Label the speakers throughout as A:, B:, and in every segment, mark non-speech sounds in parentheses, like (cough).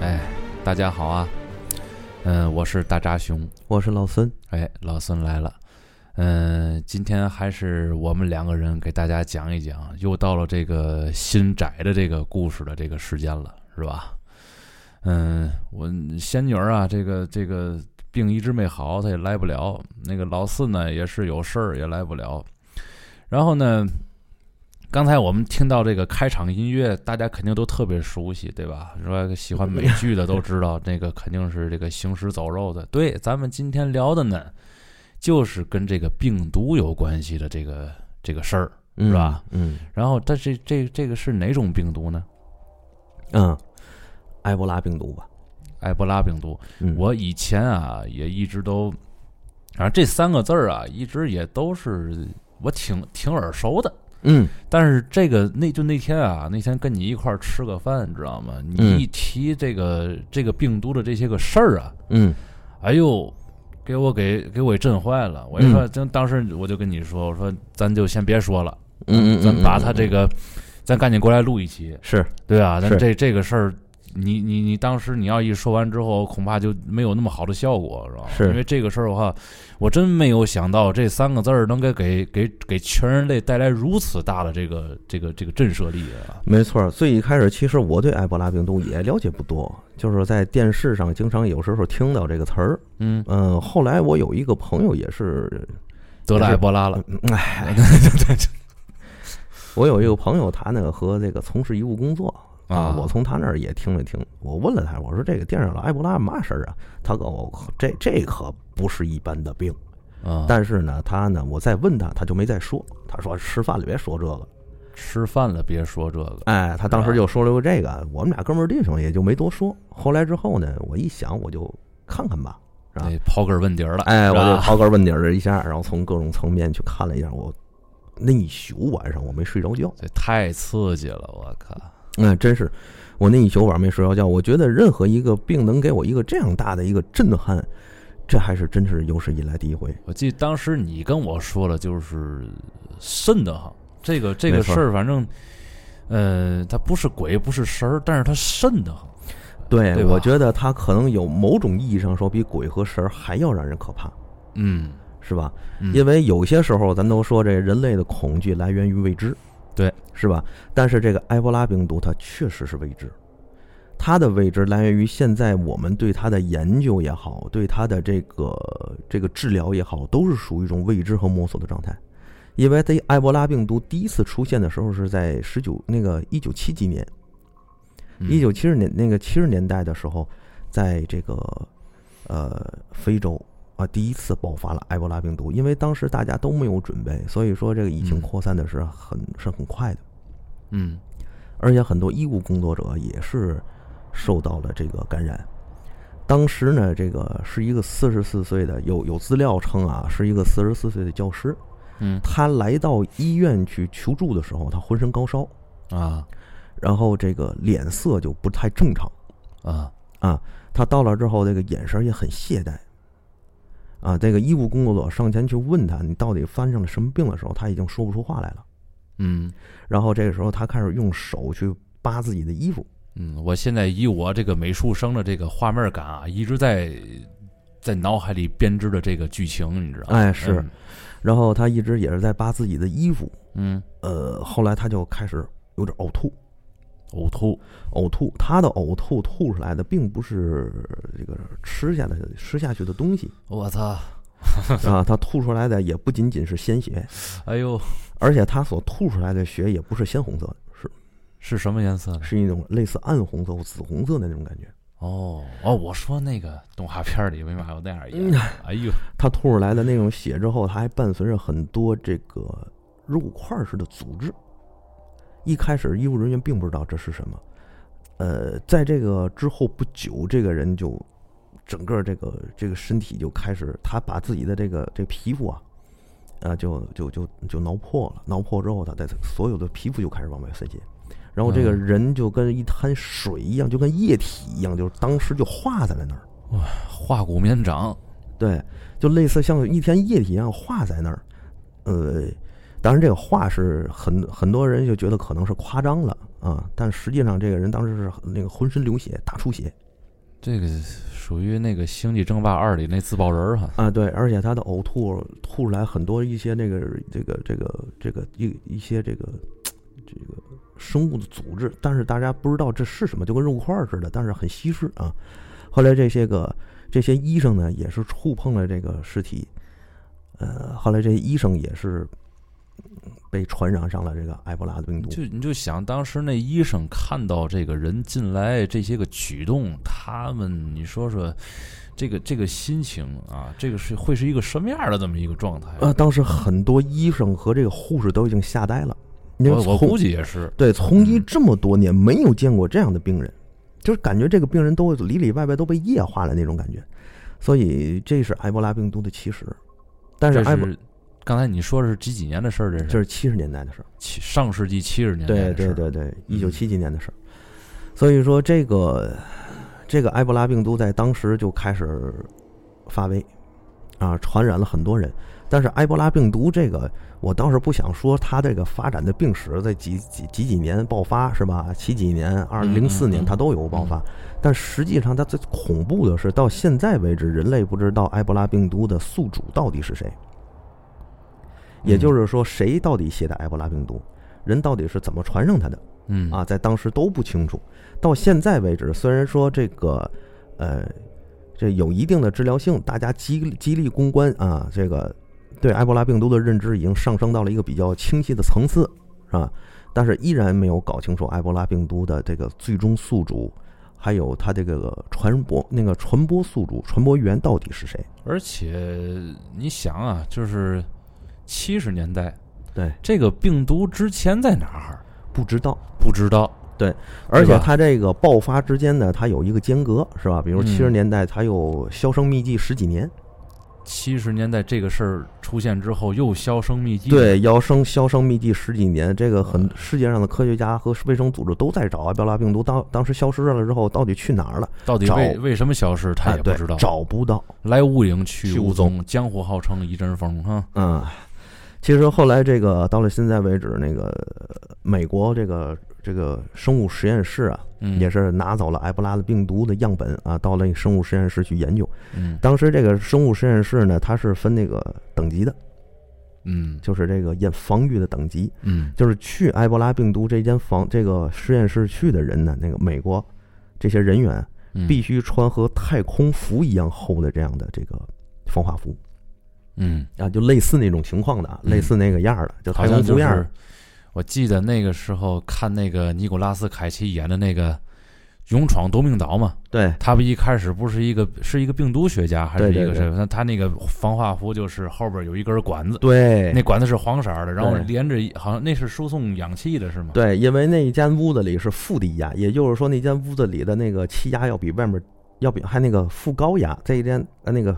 A: 哎，大家好啊，嗯，我是大扎熊，
B: 我是老孙，
A: 哎，老孙来了，嗯，今天还是我们两个人给大家讲一讲，又到了这个新宅的这个故事的这个时间了，是吧？嗯，我仙女儿啊，这个这个病一直没好，她也来不了。那个老四呢，也是有事儿也来不了。然后呢，刚才我们听到这个开场音乐，大家肯定都特别熟悉，对吧？说喜欢美剧的都知道，那个肯定是这个行尸走肉的。对，咱们今天聊的呢，就是跟这个病毒有关系的这个这个事儿。
B: 是
A: 吧？
B: 嗯
A: 然后，但是这这这个是哪种病毒呢？
B: 嗯，埃博拉病毒吧？
A: 埃博拉病毒。
B: 嗯，
A: 我以前啊也一直都，啊这三个字儿啊，一直也都是我挺挺耳熟的。
B: 嗯
A: 但是这个那就那天啊，那天跟你一块儿吃个饭，你知道吗？你
B: 嗯
A: 一提这个、这个病毒的这些个事儿啊，
B: 嗯
A: 哎呦，给我给给我给震坏
B: 嗯
A: 了。我一说，真当时我就跟你说，我说咱就先别说了，
B: 嗯嗯，
A: 咱把
B: 嗯
A: 它这
B: 嗯
A: 个，咱赶紧过来录一期，
B: 是
A: 对啊，但
B: 是
A: 这这个事儿，你你你当时你要一说完之后，恐怕就没有那么好的效果，是吧？
B: 是
A: 因为这个事儿的话，我真没有想到这三个字儿能给给给给全人类带来如此大的这个这个这个震慑力啊！
B: 没错儿。最一开始，其实我对埃博拉病毒也了解不多，就是在电视上经常有时候听到这个词儿。
A: 嗯，
B: 嗯，后来我有一个朋友也是，
A: 得了埃博拉了，
B: 哎，我有一个朋友，他呢和这个从事医务工作
A: 啊
B: 我从他那儿也听了听。我问了他，我说这个电视上埃博拉嘛事儿啊？他告诉我，这这可不是一般的病。
A: 啊，
B: 但是呢，他呢，我再问他，他就没再说。他说吃饭了别说这个。
A: 吃饭了别说这个，
B: 哎，他当时就说了个这个，我们俩哥们儿弟兄也就没多说。后来之后呢，我一想，我就看看吧，是吧
A: 得刨根问底儿了，
B: 啊哎，
A: 是
B: 我
A: 吧
B: 就刨根问底儿一下，然后从各种层面去看了一下。我那一宿晚上我没睡着觉，
A: 这太刺激了，我靠！
B: 嗯，真是，我那一宿晚上没睡着觉。我觉得任何一个病能给我一个这样大的一个震撼，这还是真是有史以来第一回。
A: 我记得当时你跟我说了，就是瘆得慌。这个这个
B: 没错
A: 事儿，反正，呃，它不是鬼，不是神儿，但是它瘆得慌。
B: 对，
A: 对吧
B: 我觉得它可能有某种意义上说比鬼和神儿还要让人可怕，
A: 嗯，
B: 是吧？
A: 嗯
B: 因为有些时候咱都说这人类的恐惧来源于未知，
A: 对，
B: 是吧？但是这个埃博拉病毒它确实是未知，它的未知来源于现在我们对它的研究也好，对它的这个这个治疗也好，都是属于一种未知和摸索的状态。因为这埃博拉病毒第一次出现的时候是在十九那个一九七几年，
A: 嗯
B: 一九七十年那个七十年代的时候，在这个呃非洲啊第一次爆发了埃博拉病毒，因为当时大家都没有准备，所以说这个疫情
A: 嗯
B: 扩散的是很是很快的，
A: 嗯
B: 而且很多医务工作者也是受到了这个感染。当时呢，这个是一个四十四岁的，有有资料称啊，是一个四十四岁的教师，
A: 嗯
B: 他来到医院去求助的时候，他浑身高烧，
A: 嗯啊
B: 然后这个脸色就不太正常。
A: 啊
B: 啊，他到了之后，这个眼神也很懈怠。啊，这个医务工作者上前去问他，你到底发生了什么病的时候，他已经说不出话来了。
A: 嗯
B: 然后这个时候，他开始用手去扒自己的衣服。
A: 嗯，我现在以我这个美术生的这个画面感啊，一直在在脑海里编织的这个剧情，你知道吗？
B: 哎是然后他一直也是在扒自己的衣服。
A: 嗯，嗯
B: 呃，后来他就开始有点呕吐，
A: 呕吐，
B: 呕吐。他的呕吐吐出来的并不是这个吃下的吃下去的东西
A: 我操，
B: 啊，他吐出来的也不仅仅是鲜血，
A: 哎呦，
B: 而且他所吐出来的血也不是鲜红色的，是
A: 是什么颜色呢？
B: 是一种类似暗红色、或紫红色的那种感觉。
A: 哦哦，我说那个动画片儿里为嘛有那样
B: 嗯
A: 演？哎呦，
B: 它吐出来的那种血之后，它还伴随着很多这个肉块似的组织。一开始医务人员并不知道这是什么，呃，在这个之后不久，这个人就整个这个这个身体就开始，他把自己的这个这皮肤啊，呃，就就就就挠破了，挠破之后，他的所有的皮肤就开始往外渗血，然后这个
A: 嗯
B: 人就跟一滩水一样，就跟液体一样，就是当时就化在了那儿。
A: 化骨绵掌，
B: 对，就类似像一天液体一样化在那儿。呃，当然这个化是很很多人就觉得可能是夸张了啊，但实际上这个人当时是那个浑身流血，大出血，
A: 这个属于那个《星际争霸二》里那自爆人儿哈，
B: 啊，对，而且他的呕吐吐出来很多一些那个这个这个这个一一些这个这个生物的组织，但是大家不知道这是什么，就跟肉块儿似的，但是很稀释啊。后来这些个这些医生呢，也是触碰了这个尸体，呃，后来这些医生也是被传染上了这个埃博拉的病毒，
A: 就你就想当时那医生看到这个人进来这些个举动，他们你说说，这个这个心情啊，这个是会是一个什么样的这么一个状态？
B: 呃，当时很多医生和这个护士都已经吓呆了，因为
A: 我我
B: 从
A: 估计也是，
B: 对从医这么多年没有见过这样的病人，就是感觉这个病人都里里外外都被液化了那种感觉，所以这是埃博拉病毒的起始。但是
A: 这
B: 埃博
A: 是刚才你说的是几几年的事儿，这
B: 这
A: 是
B: 是七十年代的事儿，
A: 七上世纪七十年代
B: 对
A: 的事
B: 对
A: 儿
B: 对对，
A: 嗯
B: 一九七几年的事儿。所以说这个这个埃博拉病毒在当时就开始发威啊，传染了很多人。但是埃博拉病毒这个，我倒是不想说它这个发展的病史，在几几几几年爆发是吧？几几年，二
A: 嗯
B: 零四
A: 嗯
B: 年它都有爆发。但实际上，它最恐怖的是，到现在为止，人类不知道埃博拉病毒的宿主到底是谁，
A: 嗯
B: 也就是说，谁到底携带埃博拉病毒，人到底是怎么传上它的。
A: 嗯
B: 啊，在当时都不清楚。到现在为止，虽然说这个，呃，这有一定的治疗性，大家激励激励公关啊，这个对埃博拉病毒的认知已经上升到了一个比较清晰的层次，啊，但是依然没有搞清楚埃博拉病毒的这个最终宿主，还有它这个传播那个传播宿主、传播源到底是谁。
A: 而且你想啊，就是七十年代
B: 对，
A: 这个病毒之前在哪儿
B: 不知道。
A: 不知道，
B: 而
A: 对
B: 且
A: 吧
B: 它这个爆发之间呢，它有一个间隔，是吧？比如
A: 嗯
B: 七十年代，它有销声匿迹十几年，
A: 七十年代这个事儿出现之后又销声匿迹，
B: 对，要生销声匿迹十几年，这个很
A: 嗯
B: 世界上的科学家和卫生组织都在找埃博拉病毒当当时消失了之后，到底去哪儿了？
A: 到底
B: 找
A: 为为什么消失，他也
B: 啊
A: 不
B: 对
A: 知道。
B: 找不到。
A: 来无影去
B: 去
A: 无
B: 无
A: 踪，江湖号称一阵风哈。
B: 嗯，其实后来这个到了现在为止，那个呃美国这个这个生物实验室啊，
A: 嗯，
B: 也是拿走了埃博拉的病毒的样本啊，到了生物实验室去研究。
A: 嗯
B: 当时这个生物实验室呢，它是分那个等级的，
A: 嗯
B: 就是这个验防御的等级。
A: 嗯
B: 就是去埃博拉病毒这间房这个实验室去的人呢，那个美国这些人员
A: 嗯，
B: 必须穿和太空服一样厚的这样的这个防化服
A: 嗯，
B: 啊，就类似那种情况的啊，
A: 嗯
B: 类似那个样儿的，就
A: 好
B: 太
A: 像
B: 空
A: 就
B: 服样
A: 是
B: 儿。
A: 我记得那个时候看那个尼古拉斯凯奇演的那个《勇闯夺命岛》嘛，
B: 对
A: 他不一开始不是一个是一个病毒学家还是
B: 对对
A: 一个
B: 对
A: 什么？他那个防化服就是后边有一根管子，那
B: 对
A: 管子是黄色儿的，然后
B: 对
A: 连着一好像那是输送氧气的是吗？
B: 对，因为那一间屋子里是负低压，也就是说那间屋子里的那个气压要比外面要比还那个负高压，这一间呃那个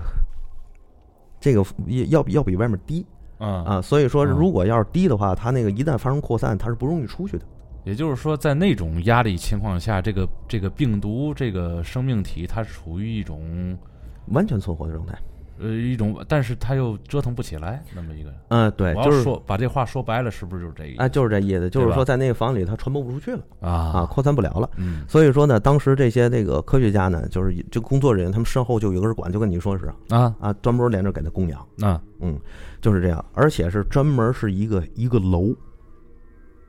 B: 这个也要比要比外面低
A: 嗯
B: 啊，所以说
A: 嗯
B: 如果要是低的话，它那个一旦发生扩散，它是不容易出去的。
A: 也就是说，在那种压力情况下，这个这个病毒这个生命体它是处于一种
B: 完全存活的状态。
A: 呃一种，但是它又折腾不起来那么一个。
B: 嗯，对，
A: 呃我要
B: 就是
A: 说把这话说白了，是不是就是这个
B: 哎，
A: 意
B: 就是这意思，就
A: 对
B: 是
A: 吧
B: 说在那个房里它传播不出去了
A: 思
B: 啊，
A: 啊？
B: 扩散不了了。
A: 嗯
B: 所以说呢，当时这些那个科学家呢，就是这工作人员，他们身后就有根管，就跟你说是
A: 啊
B: 啊，专门连着给他供氧，
A: 那
B: 就是这样，而且是专门是一个一个楼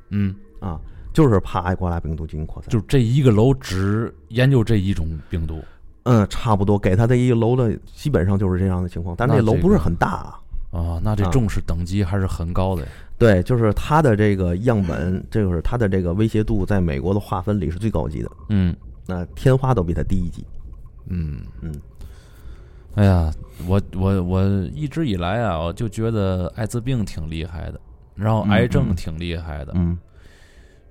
A: 嗯，
B: 啊，就是怕埃博拉病毒进行扩散。
A: 就这一个楼只研究这一种病毒，
B: 嗯，差不多给他这一个楼的基本上就是这样的情况，但是
A: 那
B: 这楼
A: 这
B: 不是
A: 个
B: 很大啊。
A: 啊，那这
B: 啊
A: 重视等级还是很高的。
B: 对，就是它的这个样本，就是它的这个威胁度，在美国的划分里是最高级的，
A: 嗯
B: 那天花都比它低一级。
A: 嗯
B: 嗯，
A: 哎呀，我我我一直以来啊，我就觉得艾滋病挺厉害的，然后癌
B: 嗯
A: 症
B: 嗯
A: 挺厉害的，
B: 嗯，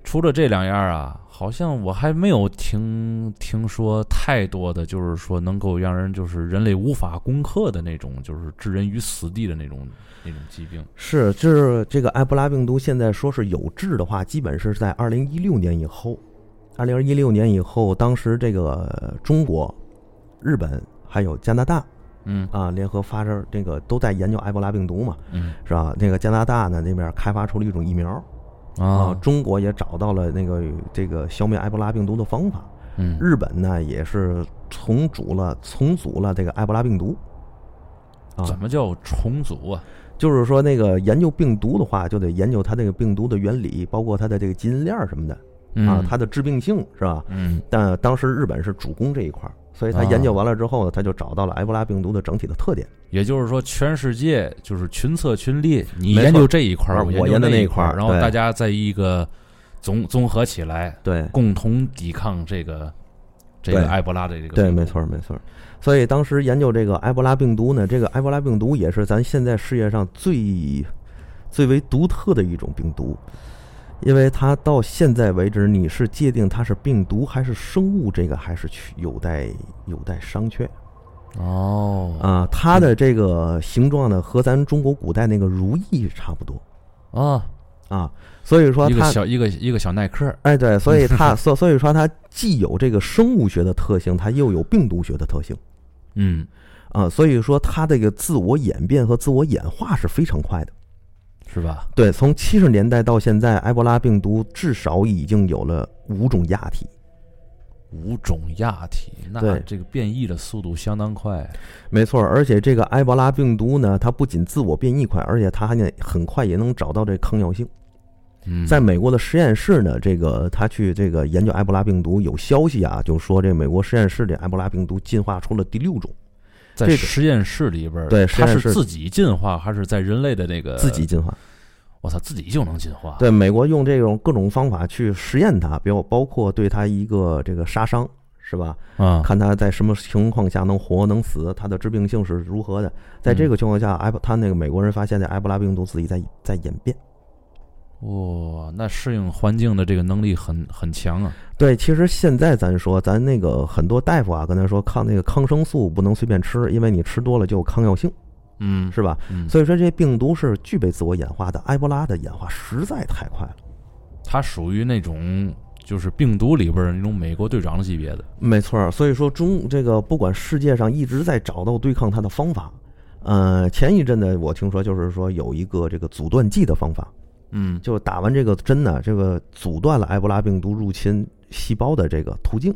A: 除了这两样啊，好像我还没有听听说太多的，就是说能够让人就是人类无法攻克的那种，就是置人于死地的那种那种疾病。
B: 是，就是这个埃博拉病毒，现在说是有治的话，基本是在二零一六年以后。二零一六年以后，当时这个中国、日本还有加拿大
A: 嗯
B: 啊，联合发生这个都在研究埃博拉病毒嘛，
A: 嗯
B: 是吧？那个加拿大呢那边开发出了一种疫苗
A: 啊
B: 中国也找到了那个这个消灭埃博拉病毒的方法。
A: 嗯
B: 日本呢也是重组了重组了这个埃博拉病毒，啊，
A: 怎么叫重组啊？
B: 就是说那个研究病毒的话，就得研究它这个病毒的原理，包括它的这个基因链儿什么的啊，
A: 嗯
B: 它的致病性是吧？
A: 嗯
B: 但当时日本是主攻这一块儿，所以他研究完了之后呢，他就找到了埃博拉病毒的整体的特点。
A: 也就是说，全世界就是群策群力，你
B: 没错
A: 研究这一块儿，
B: 我
A: 研
B: 研究
A: 究
B: 那
A: 一
B: 一块儿
A: 然后
B: 对
A: 大家在一个综综合起来，
B: 对，
A: 共同抵抗这个这
B: 对
A: 个埃博拉的这个
B: 对，
A: 病毒
B: 没错，没错。所以当时研究这个埃博拉病毒呢，这个埃博拉病毒也是咱现在世界上最最为独特的一种病毒，因为它到现在为止，你是界定它是病毒还是生物，这个还是去有待有待商榷
A: 哦
B: 啊。它的这个形状呢，和咱中国古代那个如意差不多
A: 啊，
B: 啊，所以说
A: 一个
B: 它。
A: 小一个一个小耐克，
B: 哎，对，所以
A: (laughs)
B: 它所所以说它既有这个生物学的特性，它又有病毒学的特性。
A: 嗯，
B: 啊，所以说它这个自我演变和自我演化是非常快的。
A: 是吧？
B: 对，从七十年代到现在，埃博拉病毒至少已经有了五种亚体。
A: 五种亚体，那
B: 对
A: 这个变异的速度相当快，啊
B: 没错，而且这个埃博拉病毒呢，它不仅自我变异快，而且它还能很快也能找到这抗药性。
A: 嗯，
B: 在美国的实验室呢，这个他去这个研究埃博拉病毒，有消息啊，就说这美国实验室里埃博拉病毒进化出了第六种，
A: 在
B: 这个
A: 实验室里边儿，
B: 对实
A: 它
B: 验
A: 是
B: 室
A: 自己进化还是在人类的那个
B: 自己？进化。
A: 我操，自己就能进化？，
B: 对，美国用这种各种方法去实验它，比如包括对它一个这个杀伤，是吧？
A: 啊，
B: 看它在什么情况下能活能死，它的致病性是如何的。在这个情况下，埃博他那个美国人发现，这埃博拉病毒自己在在演变。
A: 哇、那适应环境的这个能力很很强啊。
B: 对，其实现在咱说，咱那个很多大夫啊，跟他说抗那个抗生素不能随便吃，因为你吃多了就有抗药性，
A: 嗯，
B: 是吧？
A: 嗯，
B: 所以说这病毒是具备自我演化的，埃博拉的演化实在太快了。
A: 它属于那种就是病毒里边儿那种美国队长的级别的。
B: 没错儿，所以说中这个不管世界上一直在找到对抗它的方法。呃，前一阵子我听说就是说有一个这个阻断剂的方法，
A: 嗯，
B: 就打完这个针呢，这个阻断了埃博拉病毒入侵细胞的这个途径，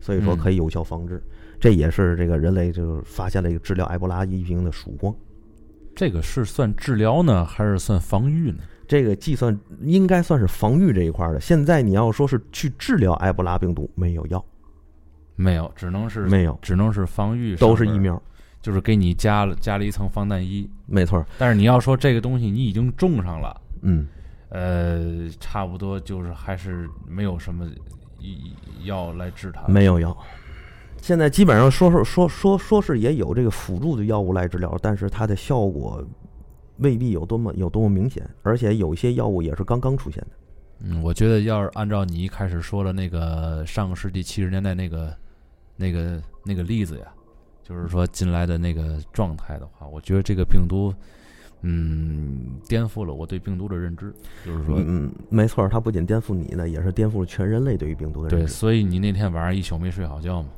B: 所以说
A: 嗯
B: 可以有效防治。这也是这个人类就是发现了一个治疗埃博拉疫病的曙光。
A: 这个是算治疗呢，还是算防御呢？
B: 这个计算应该算是防御这一块儿的。现在你要说是去治疗埃博拉病毒，没有药，
A: 没有，只能是
B: 没有，
A: 只能是防御，
B: 都是疫，苗。
A: 就是给你加了加了一层防弹衣。
B: 没错儿，
A: 但是你要说这个东西你已经种上了，
B: 嗯，
A: 呃，差不多就是还是没有什么一药来治它。
B: 没有药。现在基本上说是说说说是也有这个辅助的药物来治疗，但是它的效果未必有多么有多么明显，而且有一些药物也是刚刚出现的。
A: 嗯，我觉得要是按照你一开始说的那个上个世纪七十年代那个、那个、那个例子呀，就是说进来的那个状态的话，我觉得这个病毒，嗯，颠覆了我对病毒的认知。就是说，
B: 嗯，嗯没错儿，它不仅颠覆你的，也是颠覆全人类对于病毒的认
A: 对，
B: 知。
A: 所以你那天晚上一宿没睡好觉嘛？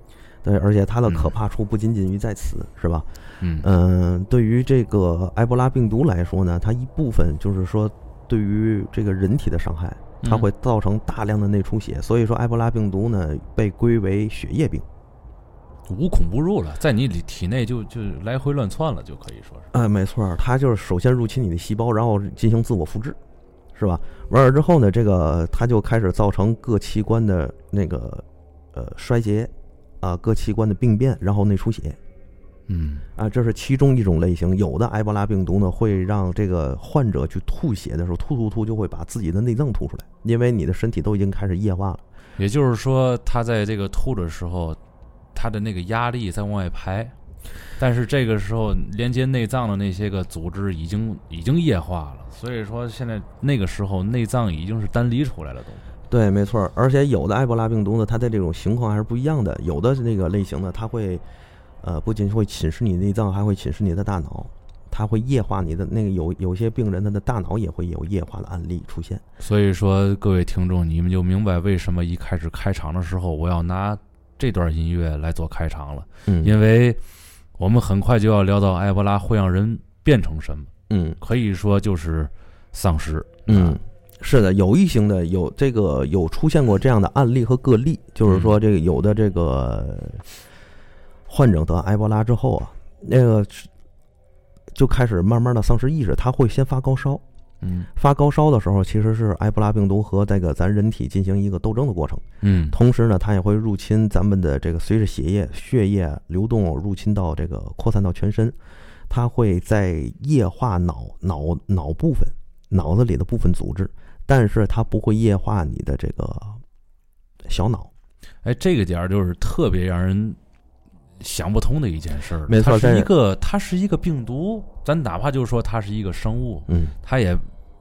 B: 对，而且它的
A: 嗯
B: 可怕处不仅仅于在此，是吧？
A: 嗯
B: 嗯，对于这个埃博拉病毒来说呢，它一部分就是说对于这个人体的伤害，它
A: 嗯
B: 会造成大量的内出血，所以说埃博拉病毒呢被归为血液病。
A: 无孔不入了，在你里体内就就来回乱窜了，就可以说是。
B: 哎，没错儿，它就是首先入侵你的细胞，然后进行自我复制，是吧？完了之后呢，这个它就开始造成各器官的那个呃衰竭啊、各器官的病变，然后内出血
A: 嗯，
B: 啊，这是其中一种类型。有的埃博拉病毒呢，会让这个患者去吐血的时候，吐吐吐就会把自己的内脏吐出来，因为你的身体都已经开始液化了。
A: 也就是说，它在这个吐的时候，它的那个压力在往外排，但是这个时候连接内脏的那些个组织已经已经液化了，所以说现在那个时候内脏已经是单离出来了都。
B: 对，没错儿。而且有的埃博拉病毒呢，它的这种情况还是不一样的。有的那个类型呢，它会，呃，不仅会侵蚀你内脏，还会侵蚀你的大脑，它会液化你的那个有有些病人他的大脑也会有液化的案例出现。
A: 所以说，各位听众，你们就明白为什么一开始开场的时候我要拿这段音乐来做开场了，
B: 嗯
A: 因为我们很快就要聊到埃博拉会让人变成什么，
B: 嗯
A: 可以说就是丧尸。
B: 嗯，是的，有一型的有这个有出现过这样的案例和个例，就是说这个有的这个患者得埃博拉之后啊，那个是就开始慢慢的丧失意识，他会先发高烧，
A: 嗯
B: 发高烧的时候其实是埃博拉病毒和这个咱人体进行一个斗争的过程，
A: 嗯
B: 同时呢，它也会入侵咱们的这个，随着血液血液流动入侵到这个扩散到全身，它会在液化脑脑脑部分脑子里的部分组织，但是它不会液化你的这个小脑。
A: 哎，这个点儿就是特别让人想不通的一件事儿。
B: 没错
A: 它
B: 但
A: 是一
B: 是
A: 个它是一个病毒，咱哪怕就是说它是一个生物，
B: 嗯，
A: 它也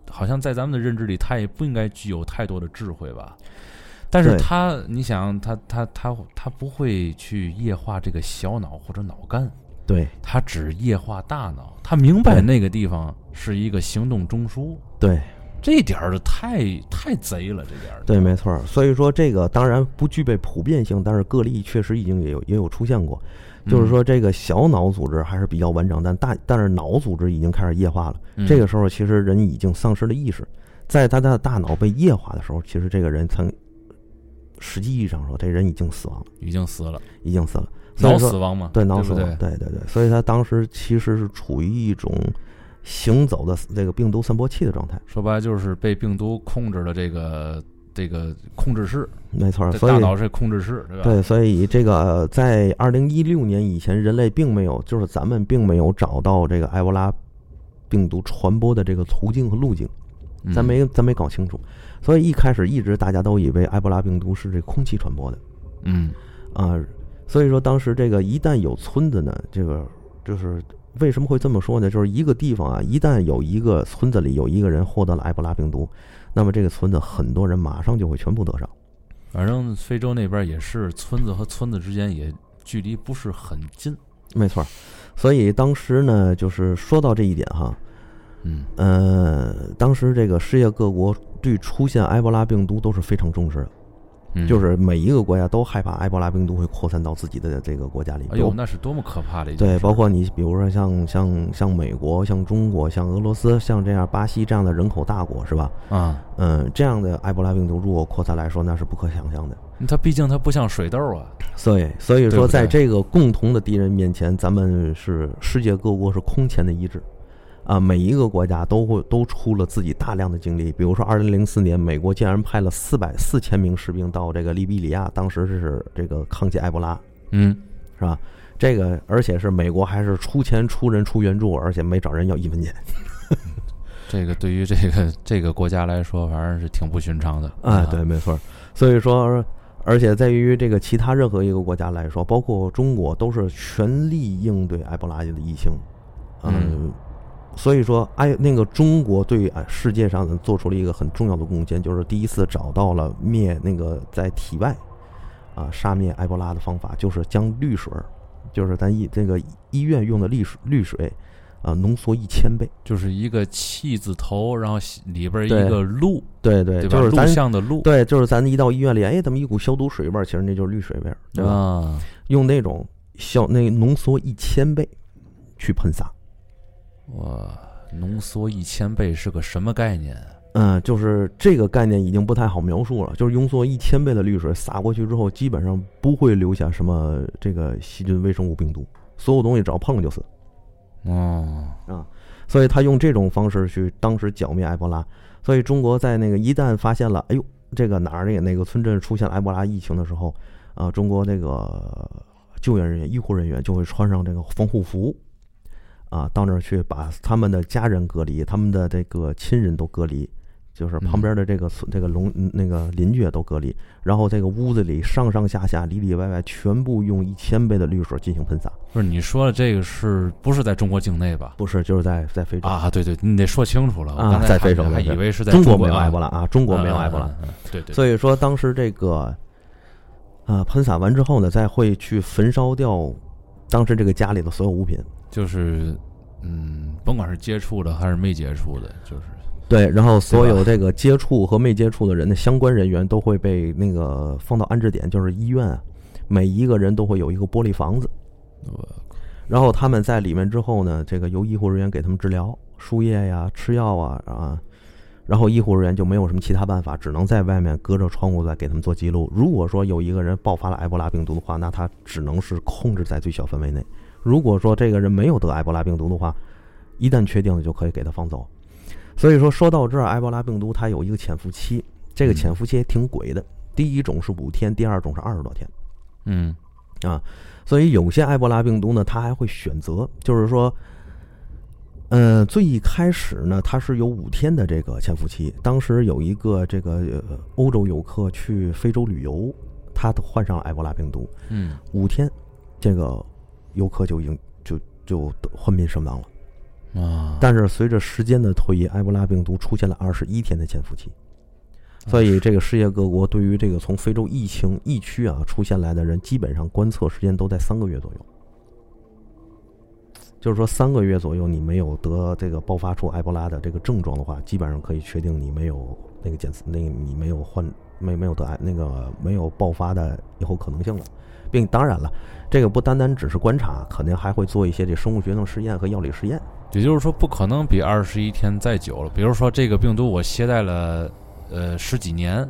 A: 好像在咱们的认知里，它也不应该具有太多的智慧吧。但是
B: 对
A: 它，你想，它它它它不会去液化这个小脑或者脑干，
B: 对
A: 它只液化大脑。它明白
B: 对
A: 那个地方是一个行动中枢，
B: 对
A: 这点儿太太贼了，这点儿
B: 对，没错儿。所以说这个当然不具备普遍性，但是个例确实已经也有也有出现过，
A: 嗯
B: 就是说这个小脑组织还是比较完整，但大但是脑组织已经开始液化了。
A: 嗯
B: 这个时候，其实人已经丧失了意识，在他的大脑被液化的时候，其实这个人曾实际意义上说，这人已经死亡了，
A: 嗯已经死了，
B: 已经死了。所
A: 脑
B: 以说
A: 死亡嘛，
B: 对脑
A: 不
B: 死亡，
A: 对
B: 对对对，所以他当时其实是处于一种行走的这个病毒散播器的状态，
A: 说白了就是被病毒控制了这个这个控制室，
B: 没错儿。
A: 这
B: 所以
A: 大脑是控制室，对吧？
B: 对，所以这个呃在二零一六年以前，人类并没有，就是咱们并没有找到这个埃博拉病毒传播的这个途径和路径。
A: 嗯
B: 咱没咱没搞清楚，所以一开始一直大家都以为埃博拉病毒是这空气传播的
A: 嗯
B: 啊，所以说当时这个一旦有村子呢，这个就是为什么会这么说呢？就是一个地方啊，一旦有一个村子里有一个人获得了埃博拉病毒，那么这个村子很多人马上就会全部得上。
A: 反正非洲那边也是村子和村子之间也距离不是很近。
B: 没错儿，所以当时呢，就是说到这一点哈，
A: 嗯
B: 呃，当时这个世界各国对出现埃博拉病毒都是非常重视的。
A: 嗯，
B: 就是每一个国家都害怕埃博拉病毒会扩散到自己的这个国家里。
A: 哎
B: 包
A: 呦，那是多么可怕的一件
B: 对，
A: 事
B: 包括你，比如说像像像美国、像中国、像俄罗斯、像这样巴西这样的人口大国，是吧？
A: 啊，
B: 嗯，这样的埃博拉病毒如果扩散来说，那是不可想象的。
A: 它毕竟它不像水痘啊。
B: 所以，所以
A: 对不
B: 说，
A: 对
B: 在这个共同的敌人面前，咱们是世界各国是空前的一致。啊，每一个国家都会都出了自己大量的精力，比如说，二零零四年，美国竟然派了四百四千名士兵到这个利比里亚，当时是这个抗击埃博拉，
A: 嗯，
B: 是吧？这个而且是美国还是出钱出人出援助，而且没找人要一分钱
A: 这个对于这个这个国家来说，反正是挺不寻常的
B: 啊，对，没错。所以说，而且在于这个其他任何一个国家来说，包括中国，都是全力应对埃博拉的疫情，
A: 嗯
B: 所以说，埃那个中国对啊世界上做出了一个很重要的贡献，就是第一次找到了灭那个在体外啊杀灭埃博拉的方法，就是将氯水儿，就是咱医这个医院用的氯水氯水啊浓缩一千倍。
A: 就是一个气字头，然后里边一
B: 对
A: 个鹿，
B: 对对，
A: 对吧？
B: 就是
A: 录
B: 咱
A: 像的鹿。
B: 对，就是咱一到医院里，哎，怎么一股消毒水味儿？其实那就是氯水味儿，对吧？
A: 啊，
B: 用那种消那浓缩一千倍去喷洒，
A: 哇，浓缩一千倍是个什么概念？
B: 嗯、就是这个概念已经不太好描述了。就是浓缩一千倍的氯水洒过去之后，基本上不会留下什么这个细菌、微生物、病毒，所有东西只要碰了就死。
A: 哦，
B: 所以他用这种方式去当时剿灭埃博拉。所以中国在那个一旦发现了，哎呦，这个哪儿哪哪个村镇出现了埃博拉疫情的时候，啊，中国那个救援人员、医护人员就会穿上这个防护服，啊，到那儿去把他们的家人隔离，他们的这个亲人都隔离。就是旁边的这个村、这个邻那个邻居也都隔离，然后这个屋子里上上下下里里外外全部用一千倍的氯水进行喷洒，
A: 不是你说的这个是不是在中国境内吧？
B: 不是就是在在非洲
A: 啊，对对，你得说清楚了。我
B: 啊
A: 刚才
B: 在
A: 还
B: 非洲
A: 还
B: 在
A: 以
B: 非洲
A: 为是在
B: 中
A: 国
B: 国没有埃博
A: 拉，
B: 拉啊，中国没有埃博拉，
A: 嗯。嗯嗯嗯对对，
B: 所以说当时这个，啊，喷洒完之后呢，再会去焚烧掉当时这个家里的所有物品。
A: 就是嗯，甭管是接触的还是没接触的，就是
B: 对，然后所有这个接触和没接触的人的相关人员都会被那个放到安置点，就是医院啊，每一个人都会有一个玻璃房子，
A: 我
B: 然后他们在里面之后呢，这个由医护人员给他们治疗，输液呀、吃药啊啊，然后医护人员就没有什么其他办法，只能在外面隔着窗户再给他们做记录。如果说有一个人爆发了埃博拉病毒的话，那他只能是控制在最小范围内。如果说这个人没有得埃博拉病毒的话，一旦确定了就可以给他放走。所以说，说到这儿，埃博拉病毒它有一个潜伏期，这个潜伏期也挺鬼的。第一种是五天，第二种是二十多天。
A: 嗯
B: 所以有些埃博拉病毒呢，它还会选择，就是说，呃，最一开始呢，它是有五天的这个潜伏期。当时有一个这个、呃、欧洲游客去非洲旅游，他患上了埃博拉病毒，
A: 嗯
B: 五天，这个游客就已经就就昏迷身亡了。
A: 啊，
B: 但是随着时间的推移，埃博拉病毒出现了二十一天的潜伏期，所以这个世界各国对于这个从非洲疫情疫区啊出现来的人，基本上观测时间都在三个月左右。就是说，三个月左右你没有得这个爆发出埃博拉的这个症状的话，基本上可以确定你没有那个检测，那个你没有患没没有得癌那个没有爆发的以后可能性了，并当然了，这个不单单只是观察，肯定还会做一些这生物学上实验和药理实验。
A: 也就是说，不可能比二十一天再久了。比如说，这个病毒我携带了呃十几年，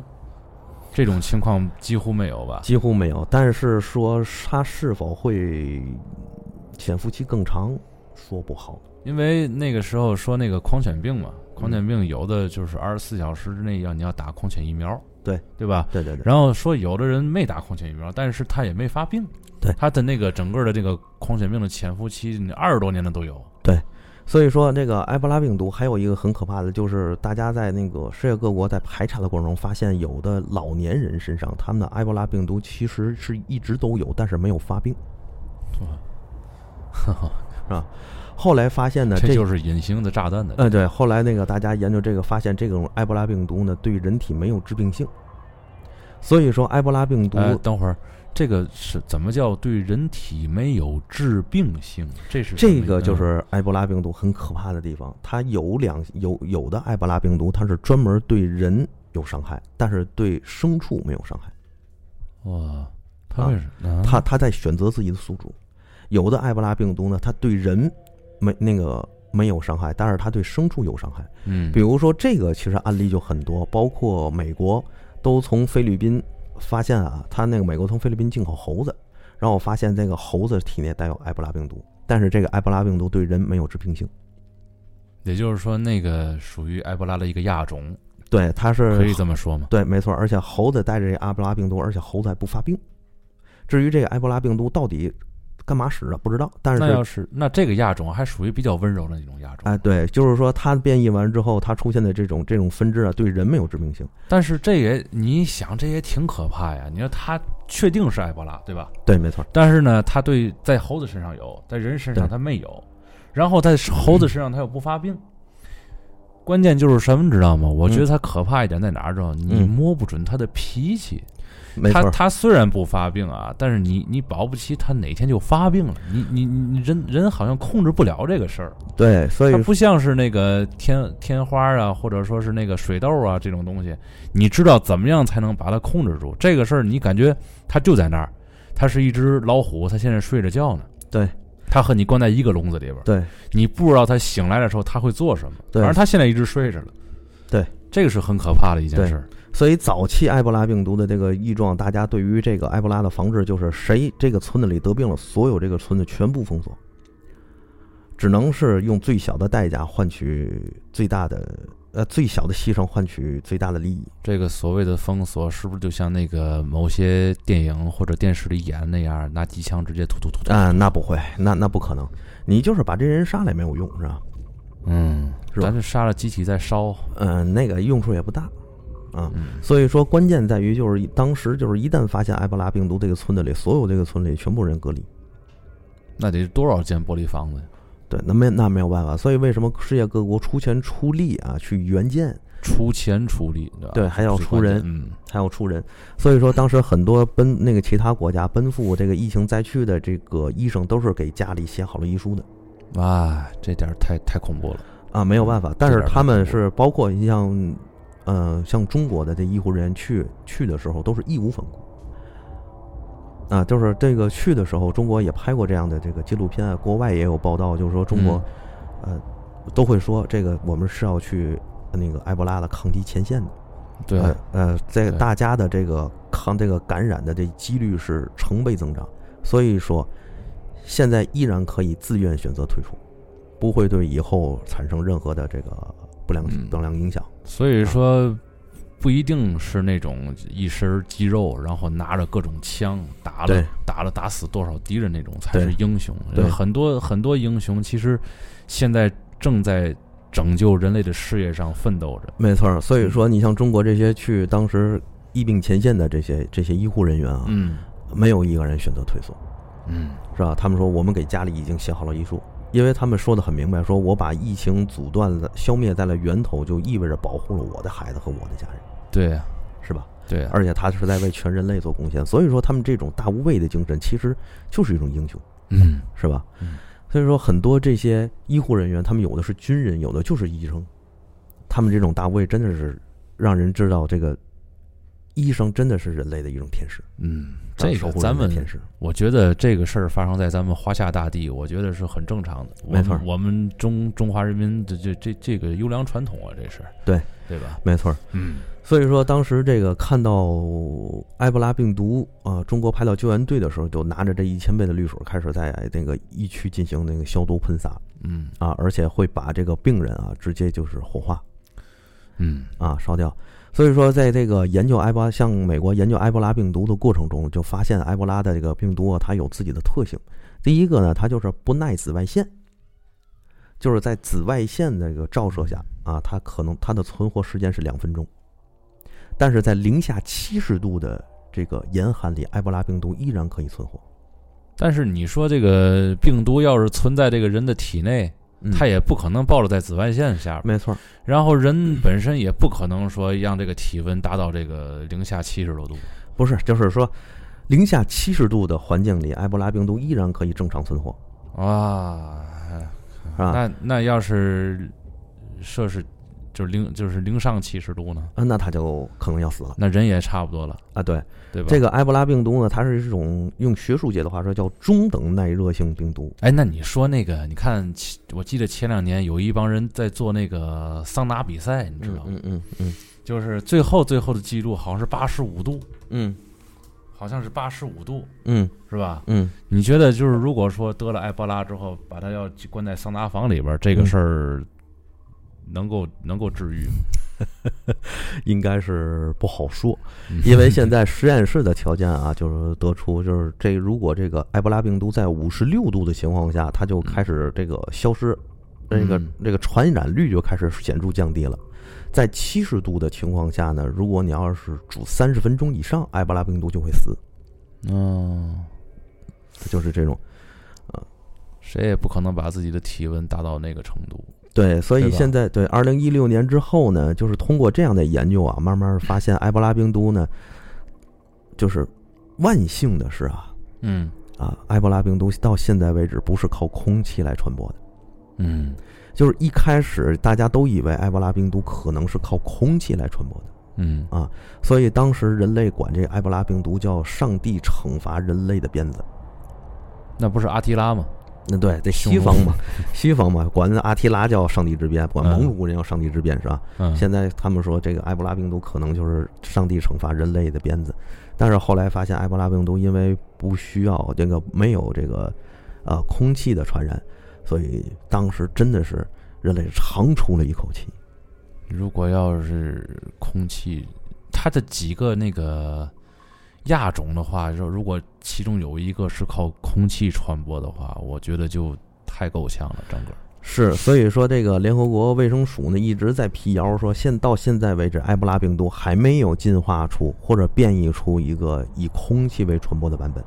A: 这种情况几乎没有吧？
B: 几乎没有。但是说它是否会潜伏期更长，说不好。
A: 因为那个时候说那个狂犬病嘛，
B: 嗯
A: 狂犬病有的就是二十四小时之内要你要打狂犬疫苗，
B: 对
A: 对吧？
B: 对对对，
A: 然后说有的人没打狂犬疫苗，但是他也没发病，
B: 对
A: 他的那个整个的这个狂犬病的潜伏期，你二十多年的
B: (laughs)
A: 都有。
B: 所以说这个埃博拉病毒还有一个很可怕的，就是大家在那个世界各国在排查的过程中，发现有的老年人身上他们的埃博拉病毒其实是一直都有，但是没有发病。后来发现呢，
A: 这
B: 这
A: 就是隐形的炸弹的，
B: 呃，对，后来那个大家研究这个，发现这种埃博拉病毒呢，对人体没有致病性，所以说埃博拉病毒
A: 哎，等会儿，这个是怎么叫对人体没有致病性？这是什么
B: 这
A: 意思
B: 个就是埃博拉病毒很可怕的地方，它有两有有的埃博拉病毒，它是专门对人有伤害，但是对牲畜没有伤害。
A: 嗯
B: 啊
A: 哇，他为什么？
B: 它它在选择自己的宿主。有的埃博拉病毒呢，它对人没那个没有伤害，但是它对牲畜有伤害。
A: 嗯，
B: 比如说这个其实案例就很多，包括美国都从菲律宾发现啊，他那个美国从菲律宾进口猴子，然后发现这个猴子体内带有埃博拉病毒，但是这个埃博拉病毒对人没有致病性。
A: 也就是说，那个属于埃博拉的一个亚种，
B: 对，它是
A: 可以这么说吗？
B: 对，没错，而且猴子带着这埃博拉病毒，而且猴子还不发病。至于这个埃博拉病毒到底干嘛使的，不知道。但
A: 那要
B: 是，
A: 是那这个亚种还属于比较温柔的那种亚种，
B: 哎，对，就是说它变异完之后，它出现的这种这种分支啊，对人没有致命性。
A: 但是这也你想，这也挺可怕呀。你说他确定是埃博拉，对吧？
B: 对，没错，
A: 但是呢，他对在猴子身上有，在人身上
B: 对
A: 他没有，然后在猴子身上他又不发病。嗯关键就是什么，你知道吗？我觉得它可怕一点在哪儿？知道吗？你
B: 嗯
A: 摸不准它的脾气。
B: 没
A: 它
B: 错，
A: 它虽然不发病啊，但是你你保不齐它哪天就发病了。你你你人人好像控制不了这个事儿，
B: 对，所
A: 它
B: 以
A: 不像是那个天天花啊，或者说是那个水痘啊这种东西，你知道怎么样才能把它控制住？这个事儿你感觉它就在那儿，它是一只老虎，它现在睡着觉呢。
B: 对，
A: 它和你关在一个笼子里边儿，
B: 对
A: 你不知道它醒来的时候它会做什么。
B: 对
A: 反正它现在一直睡着了。
B: 对，
A: 这个是很可怕的一件
B: 对
A: 事儿。
B: 所以早期埃博拉病毒的这个异状，大家对于这个埃博拉的防治就是谁这个村子里得病了，所有这个村子全部封锁，只能是用最小的代价换取最大的呃最小的牺牲换取最大的利益。
A: 这个所谓的封锁，是不是就像那个某些电影或者电视里演的那样，拿机枪直接突突突突？
B: 啊，那不会，那那不可能，你就是把这人杀了也没有用，是吧？
A: 嗯，
B: 是吧
A: 咱是杀了机体再烧。
B: 嗯、那个用处也不大，啊。
A: 嗯
B: 所以说，关键在于就是当时就是一旦发现埃博拉病毒，这个村子里所有这个村里全部人隔离。
A: 那得多少间玻璃房子呀？
B: 对，那没那没有办法，所以为什么世界各国出钱出力啊，去援建，
A: 出钱出力，对吧？
B: 对，，还要出人，
A: 嗯，
B: 还要出人。所以说，当时很多奔那个其他国家奔赴这个疫情灾区的这个医生，都是给家里写好了遗书的
A: 哇，这点儿太太恐怖了。
B: 啊，没有办法。但
A: 这
B: 是
A: 点
B: 他
A: 儿
B: 们
A: 太恐
B: 是包括你像，呃，像中国的这医护人员去去的时候，都是义无反顾。啊，就是这个去的时候，中国也拍过这样的这个纪录片啊，国外也有报道，就是说中国
A: 嗯
B: 呃，都会说这个我们是要去那个埃博拉的抗击前线的。
A: 对，
B: 呃呃，这个
A: 对
B: 大家的这个抗这个感染的这几率是成倍增长，所以说现在依然可以自愿选择退出，不会对以后产生任何的这个不良
A: 嗯
B: 不良影响。
A: 所以说不一定是那种一身肌肉，然后拿着各种枪打了
B: 对
A: 打了打死多少敌人那种才是
B: 对
A: 英雄。
B: 对
A: 很多很多英雄其实现在正在拯救人类的事业上奋斗着。
B: 没错儿，所以说你像中国这些去当时疫病前线的这些这些医护人员啊，
A: 嗯
B: 没有一个人选择退缩，
A: 嗯
B: 是吧？他们说我们给家里已经写好了遗书。因为他们说的很明白，说我把疫情阻断了、消灭在了源头，就意味着保护了我的孩子和我的家人，
A: 对呀
B: 是吧？
A: 对啊呀，
B: 而且他是在为全人类做贡献，所以说他们这种大无畏的精神，其实就是一种英雄，
A: 嗯
B: 是吧
A: 嗯？
B: 所以说，很多这些医护人员，他们有的是军人，有的就是医生，他们这种大无畏真的是让人知道，这个医生真的是人类的一种天使，
A: 嗯，
B: 让
A: 这
B: 守
A: 个
B: 护
A: 咱
B: 人类
A: 们
B: 的天使，
A: 我觉得这个事儿发生在咱们华夏大地，我觉得是很正常的。我们
B: 没错儿
A: 我们中中华人民这这这这个优良传统啊，这是
B: 对
A: 对吧？
B: 没错儿。
A: 嗯
B: 所以说，当时这个看到埃博拉病毒啊、中国派到救援队的时候，就拿着这一千倍的氯水，开始在那个疫区进行那个消毒喷洒
A: 嗯
B: 啊，而且会把这个病人啊直接就是火化。
A: 嗯
B: 啊烧掉。所以说，在这个研究埃博拉，像美国研究埃博拉病毒的过程中，就发现埃博拉的这个病毒啊，它有自己的特性。第一个呢，它就是不耐紫外线，就是在紫外线的这个照射下啊，它可能它的存活时间是两分钟，但是在零下七十度的这个严寒里，埃博拉病毒依然可以存活。
A: 但是你说这个病毒要是存在这个人的体内，
B: 嗯
A: 它也不可能暴露在紫外线下边，
B: 没错儿，
A: 然后人本身也不可能说让这个体温达到这个零下七十多度。
B: 不是，就是说，零下七十度的环境里，埃博拉病毒依然可以正常存活，
A: 哇，
B: 是吧？
A: 啊那那要是摄氏就是零就是零上七十度呢，
B: 啊，那他就可能要死了
A: 那人也差不多了，
B: 啊！对，
A: 对吧？
B: 这个埃博拉病毒呢，它是一种用学术界的话说叫中等耐热性病毒。
A: 哎，那你说那个，你看前，我记得前两年有一帮人在做那个桑拿比赛，你知道吗？
B: 嗯嗯嗯
A: 就是最后最后的记录好像是八十五度，
B: 嗯
A: 好像是八十五度，
B: 嗯
A: 是吧？
B: 嗯，
A: 你觉得就是如果说得了埃博拉之后，把他要关在桑拿房里边儿，这个
B: 嗯
A: 事儿能够能够治愈吗？
B: 应该是不好说，
A: (laughs)
B: 因为现在实验室的条件啊，就是得出就是这如果这个埃博拉病毒在五十六度的情况下，它就开始这个消失，这个
A: 嗯
B: 这个传染率就开始显著降低了。在七十度的情况下呢，如果你要是煮三十分钟以上，埃博拉病毒就会死，哦
A: 嗯，
B: 就是这种。
A: 谁也不可能把自己的体温达到那个程度。
B: 对，所
A: 对
B: 以
A: 吧
B: 现在对二零一六年之后呢，就是通过这样的研究啊，慢慢发现埃博拉病毒呢，就是万幸的是啊
A: 嗯
B: 啊，埃博拉病毒到现在为止不是靠空气来传播的，
A: 嗯
B: 就是一开始大家都以为埃博拉病毒可能是靠空气来传播的，
A: 嗯
B: 所以当时人类管这个埃博拉病毒叫上帝惩罚人类的鞭子。
A: 那不是阿提拉吗？
B: 那对，这西方嘛，西方嘛，管那阿提拉叫上帝之鞭，管蒙古人叫上帝之鞭是吧？
A: 嗯，
B: 现在他们说这个埃博拉病毒可能就是上帝惩罚人类的鞭子，但是后来发现埃博拉病毒因为不需要这个没有这个呃空气的传染，所以当时真的是人类长出了一口气。
A: 如果要是空气，它的几个那个亚种的话，说如果其中有一个是靠空气传播的话，我觉得就太够呛了，整个。
B: 是，所以说这个联合国卫生署呢一直在辟谣说，现到现在为止，埃博拉病毒还没有进化出或者变异出一个以空气为传播的版本。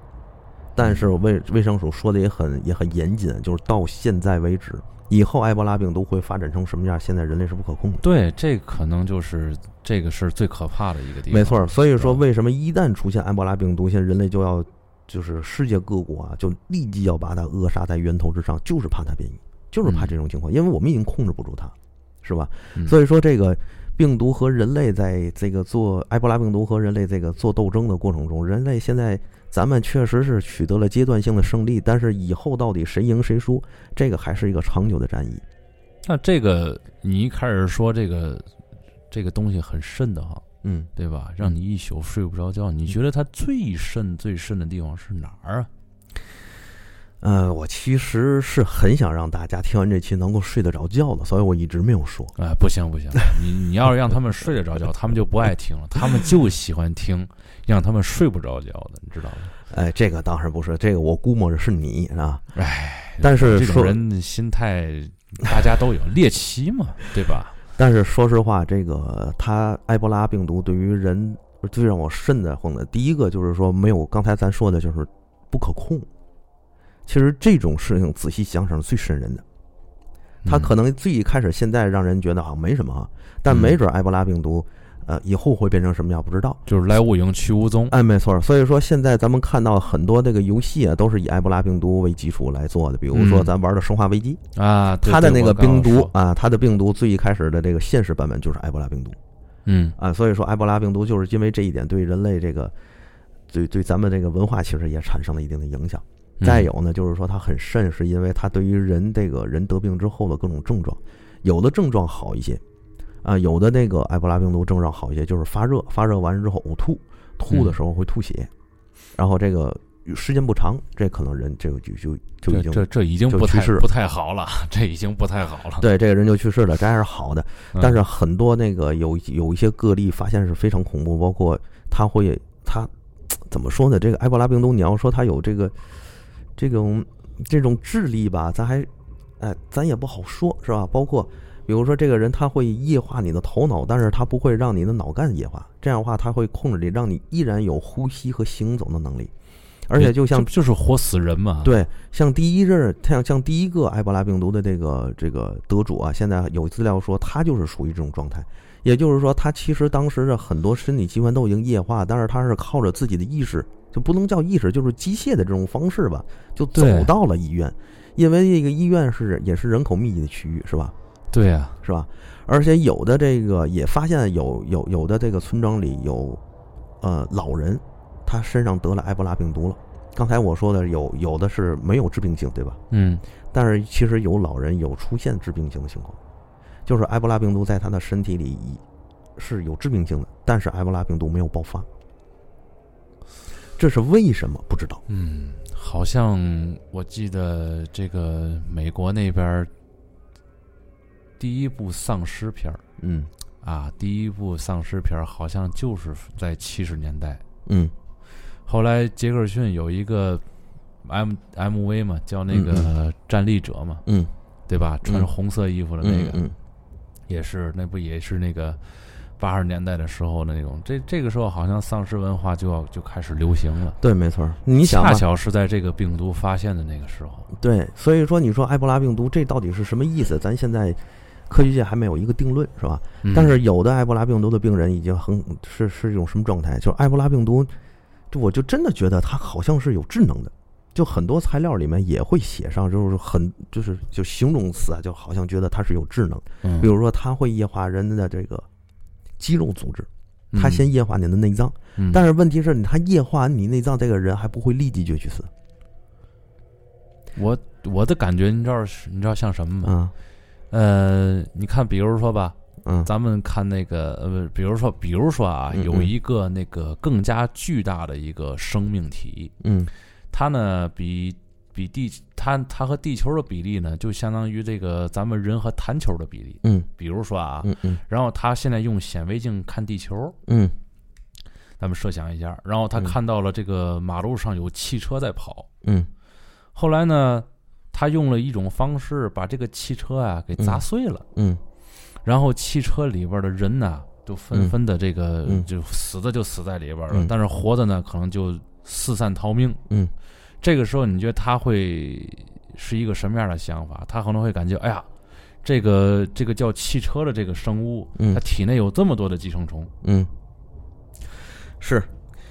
B: 但是卫卫生署说的也很也很严谨，就是到现在为止，以后埃博拉病毒会发展成什么样，现在人类是不可控的。
A: 对，这可能就是这个是最可怕的一个地方。
B: 没错，所以说
A: 是吧
B: 为什么一旦出现埃博拉病毒，现在人类就要就是世界各国啊，就立即要把它扼杀在源头之上，就是怕它变异，就是怕
A: 嗯
B: 这种情况，因为我们已经控制不住它，是吧？
A: 嗯，
B: 所
A: 以
B: 以说，这个病毒和人类在这个做埃博拉病毒和人类这个做斗争的过程中，人类现在咱们确实是取得了阶段性的胜利，但是以后到底谁赢谁输，这个还是一个长久的战役。
A: 那这个你一开始说这个这个东西很瘆得慌，
B: 嗯
A: 对吧？让你一宿睡不着觉。你觉得它最瘆、最瘆的地方是哪儿啊？
B: 呃，我其实是很想让大家听完这期能够睡得着觉的，所以我一直没有说。
A: 哎，不行不行，你你要是让他们睡得着觉，他们就不爱听了，他们就喜欢听让他们睡不着觉的，你知道吗？
B: 哎，这个当然不是，这个我估摸着是你啊。
A: 哎，
B: 但是
A: 这
B: 说
A: 种人的心态大家都有，猎奇嘛，对吧？
B: 但是说实话，这个它埃博拉病毒对于人呃最让我瘆得慌的，第一个就是说没有刚才咱说的，就是不可控。其实这种事情仔细想想是最瘆人的。它
A: 嗯
B: 可能最一开始现在让人觉得啊没什么啊，但没准埃博拉病毒，呃，以后会变成什么样不知道。
A: 就是来无影去无踪，
B: 哎，没错儿。所以说，现在咱们看到很多这个游戏啊，都是以埃博拉病毒为基础来做的。比如说，
A: 嗯
B: 咱玩的《生化危机》
A: 啊，对
B: 它的那个病，
A: 对我
B: 毒
A: 刚刚说
B: 啊，它的病毒最一开始的这个现实版本就是埃博拉病毒
A: 嗯
B: 啊。所以说，埃博拉病毒就是因为这一点对人类这个，对对咱们这个文化其实也产生了一定的影响。
A: 嗯
B: 再有呢，就是说它很甚，是因为它对于人这个人得病之后的各种症状，有的症状好一些，啊，有的那个埃博拉病毒症状好一些，就是发热，发热完了之后呕吐，吐
A: 嗯
B: 的时候会吐血，然后这个时间不长，这可能人这个就就就已
A: 这
B: 经
A: 这这已经
B: 就
A: 不
B: 去
A: 太
B: 世了
A: 不太好了， (laughs) 这已经不太好了。
B: 对这个人就去世了，这还是好的。
A: 嗯
B: 但是很多那个有有一些个例发现是非常恐怖，包括它会它怎么说呢？这个埃博拉病毒，你要说它有这个这种这种智力吧，咱还哎，咱也不好说，是吧？包括比如说这个人他会液化你的头脑，但是他不会让你的脑干液化，这样的话他会控制你，让你依然有呼吸和行走的能力。而且就像
A: 这不就是活死人嘛，
B: 对，像第一任，像像第一个埃博拉病毒的这个这个得主啊，现在有资料说他就是属于这种状态，也就是说，他其实当时的很多身体器官都已经液化，但是他是靠着自己的意识，就不能叫意识，就是机械的这种方式吧，就走
A: 对
B: 到了医院，因为这个医院是也是人口密集的区域，是吧？
A: 对啊呀，
B: 是吧？而且有的这个也发现有有有的这个村庄里有，呃，老人他身上得了埃博拉病毒了。刚才我说的有有的是没有致病性，对吧？
A: 嗯，
B: 但是其实有老人有出现致病性的情况，就是埃博拉病毒在他的身体里已是有致病性的，但是埃博拉病毒没有爆发，这是为什么？不知道。
A: 嗯，好像我记得这个美国那边儿第一部丧尸片儿
B: 嗯
A: 啊，第一部丧尸片儿好像就是在七十年代。
B: 嗯
A: 后来杰克逊有一个 M M V 嘛，叫那
B: 嗯
A: 个站立者嘛，
B: 嗯
A: 对吧？穿
B: 嗯
A: 着红色衣服的那
B: 嗯
A: 个，
B: 嗯
A: 也是那不也是那个八十年代的时候的那种。这这个时候好像丧尸文化就要就开始流行了。
B: 对，没错儿。你想吧
A: 恰，巧是在这个病毒发现的那个时候，
B: 对，所以说你说埃博拉病毒这到底是什么意思？咱现在科学界还没有一个定论，是吧？
A: 嗯
B: 但是有的埃博拉病毒的病人已经很是是一种什么状态？就是埃博拉病毒，就我就真的觉得它好像是有智能的。就很多材料里面也会写上，就是很就是就形容词啊，就好像觉得它是有智能。
A: 嗯
B: 比如说，它会液化人的这个肌肉组织，它先，液化你的内脏。
A: 嗯嗯嗯
B: 但是问题是，你它液化你内脏，这个人还不会立即就去死
A: 我我的感觉，你知道是你知道像什么吗？
B: 啊，
A: 呃，你看，比如说吧，
B: 嗯
A: 咱们看那个呃，比如说，比如说啊，
B: 嗯嗯
A: 有一个那个更加巨大的一个生命体，
B: 嗯
A: 它呢比比地它它和地球的比例呢，就相当于这个咱们人和弹球的比例。
B: 嗯
A: 比如说啊，
B: 嗯嗯
A: 然后它现在用显微镜看地球，
B: 嗯
A: 咱们设想一下，然后它
B: 嗯
A: 看到了这个马路上有汽车在跑，
B: 嗯
A: 后来呢，他用了一种方式把这个汽车啊给砸碎了，
B: 嗯
A: 然后汽车里边的人呢、就纷纷的这个、
B: 嗯
A: 就死的就死在里边了，
B: 嗯
A: 但是活的呢可能就四散逃命。
B: 嗯，
A: 这个时候你觉得他会是一个什么样的想法？他可能会感觉，哎呀，这个这个叫汽车的这个生物，
B: 嗯
A: 它体内有这么多的寄生虫，
B: 嗯，是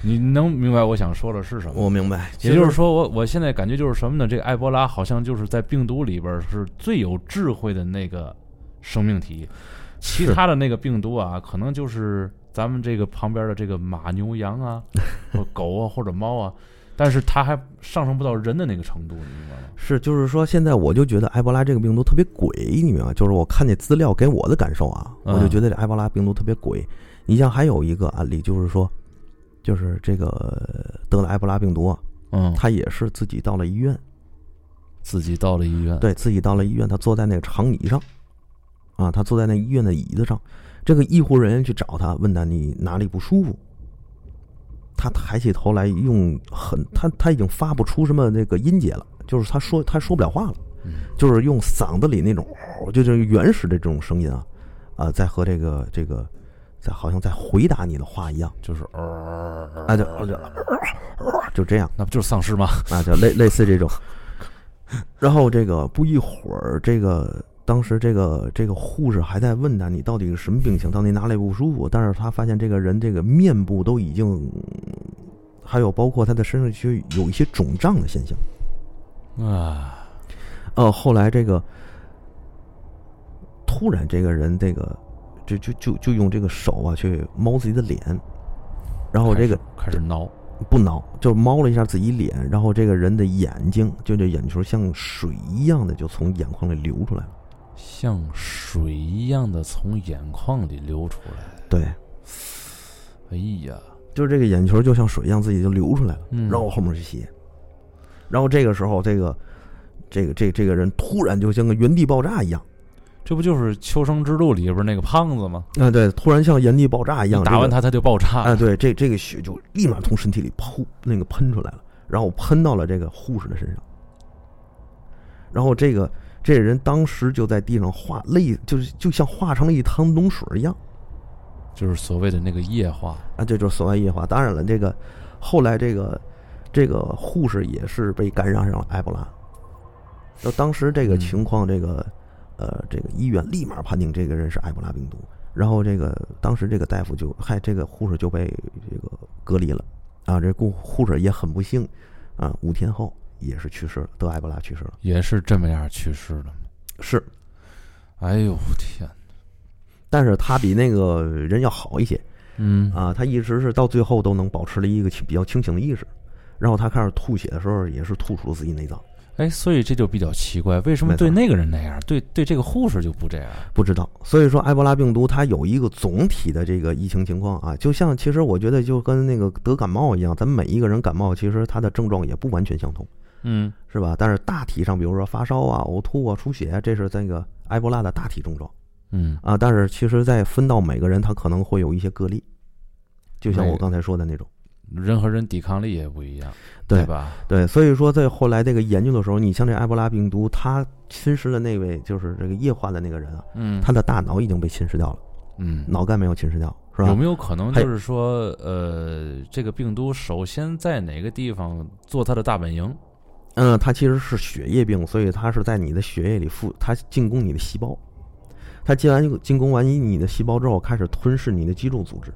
A: 你能明白我想说的是什么？
B: 我明白，
A: 也就是说我，我现在感觉就是什么呢？这个埃博拉好像就是在病毒里边儿是最有智慧的那个生命体，其
B: 是
A: 他的那个病毒啊，可能就是咱们这个旁边的这个马、牛、羊啊，或狗啊，或者猫啊，但是它还上升不到人的那个程度，你明白吗？
B: 是，就是说，现在我就觉得埃博拉这个病毒特别诡异，你明白吗？就是我看那资料给我的感受啊，
A: 嗯
B: 我就觉得这埃博拉病毒特别诡异。你像还有一个案例，就是说，就是这个呃得了埃博拉病毒啊，
A: 嗯，
B: 他也是自己到了医院，
A: 自己到了医院，
B: 对自己到了医院，他坐在那个长椅上，啊，他坐在那医院的椅子上，这个医护人员去找他，问他你哪里不舒服。他抬起头来，用很他他已经发不出什么那个音节了，就是他说他说不了话了。
A: 嗯
B: 就是用嗓子里那种，哦就是原始的这种声音啊，啊、在和这个这个，在好像在回答你的话一样，
A: 就是呃，
B: 啊，就就就这样
A: 那不就是丧尸吗？
B: 啊，就类类似这种。然后这个不一会儿，这个当时这个这个护士还在问他，你到底是什么病情，到底哪里不舒服？但是他发现这个人这个面部都已经，还有包括他的身上区有一些肿胀的现象。
A: 啊，
B: 呃，后来这个突然这个人这个就就就就用这个手啊去摸自己的脸，然后这个
A: 开始挠，
B: 不挠，就摸了一下自己脸，然后这个人的眼睛就这眼球像水一样的就从眼眶里流出来了。
A: 像水一样的从眼眶里流出来。
B: 对，
A: 哎呀，
B: 就是这个眼球就像水一样自己就流出来了，
A: 嗯
B: 然后后面是血，然后这个时候这个这个这这个人突然就像个原地爆炸一样
A: 这不就是《求生之路》里边那个胖子吗？
B: 啊，对，突然像原地爆炸一
A: 你
B: 样，
A: 打
B: 这个
A: 完他他就爆炸。
B: 啊，对，这这个血就立马从身体里噗那个喷出来了，然后喷到了这个护士的身上，然后这个这个人当时就在地上化类，就是就像化成了一滩脓水一样
A: 就是所谓的那个液化。
B: 啊，这就是所谓液化。当然了，这个后来这个这个护士也是被感染上了埃博拉，就当时这个
A: 嗯
B: 情况，这个呃这个医院立马判定这个人是埃博拉病毒。然后这个当时这个大夫就害这个护士就被这个隔离了啊，这护护士也很不幸啊，五天后也是去世了，得埃博拉去世了。
A: 也是这么样去世的。
B: 是，
A: 哎呦天，
B: 但是他比那个人要好一些
A: 嗯
B: 啊，他一直是到最后都能保持了一个清比较清醒的意识。然后他开始吐血的时候，也是吐出了自己内脏，
A: 哎，所以这就比较奇怪，为什么
B: 没错
A: 对那个人那样，对对这个护士就不这样？
B: 不知道。所以说，埃博拉病毒它有一个总体的这个疫情情况啊，就像其实我觉得就跟那个得感冒一样，咱们每一个人感冒其实它的症状也不完全相同。
A: 嗯，
B: 是吧？但是大体上，比如说发烧啊、呕吐啊、出血啊，这是这个埃博拉的大体症状
A: 嗯，
B: 啊。但是其实，在分到每个人，他可能会有一些个例，就像
A: 那
B: 我
A: 个
B: 刚才说的那种。
A: 人和人抵抗力也不一样，
B: 对
A: 吧？
B: 对，所以说在后来这个研究的时候，你像这埃博拉病毒，它侵蚀的那位就是这个液化的那个人啊，
A: 嗯，
B: 他的大脑已经被侵蚀掉了，
A: 嗯，
B: 脑干没有侵蚀掉，是
A: 有
B: 吧？
A: 没有可能
B: 还
A: 就是说，呃，这个病毒首先在哪个地方做它的大本营？
B: 嗯，它其实是血液病，所以它是在你的血液里附，它进攻你的细胞。它进完进攻完你的细胞之后，开始吞噬你的肌肉组织。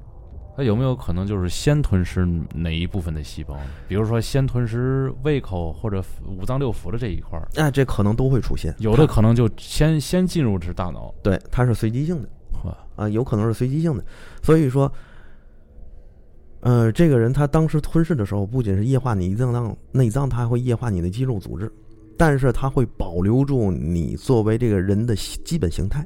A: 它有没有可能就是先吞噬哪一部分的细胞呢？比如说先吞噬胃口或者五脏六腑的这一块儿，
B: 哎，这可能都会出现，
A: 有的可能就先先进入是大脑，
B: 对，它是随机性的
A: 哇
B: 啊、有可能是随机性的。所以说，呃，这个人他当时吞噬的时候，不仅是液化你内脏，内脏它还会液化你的肌肉组织，但是它会保留住你作为这个人的基基本形态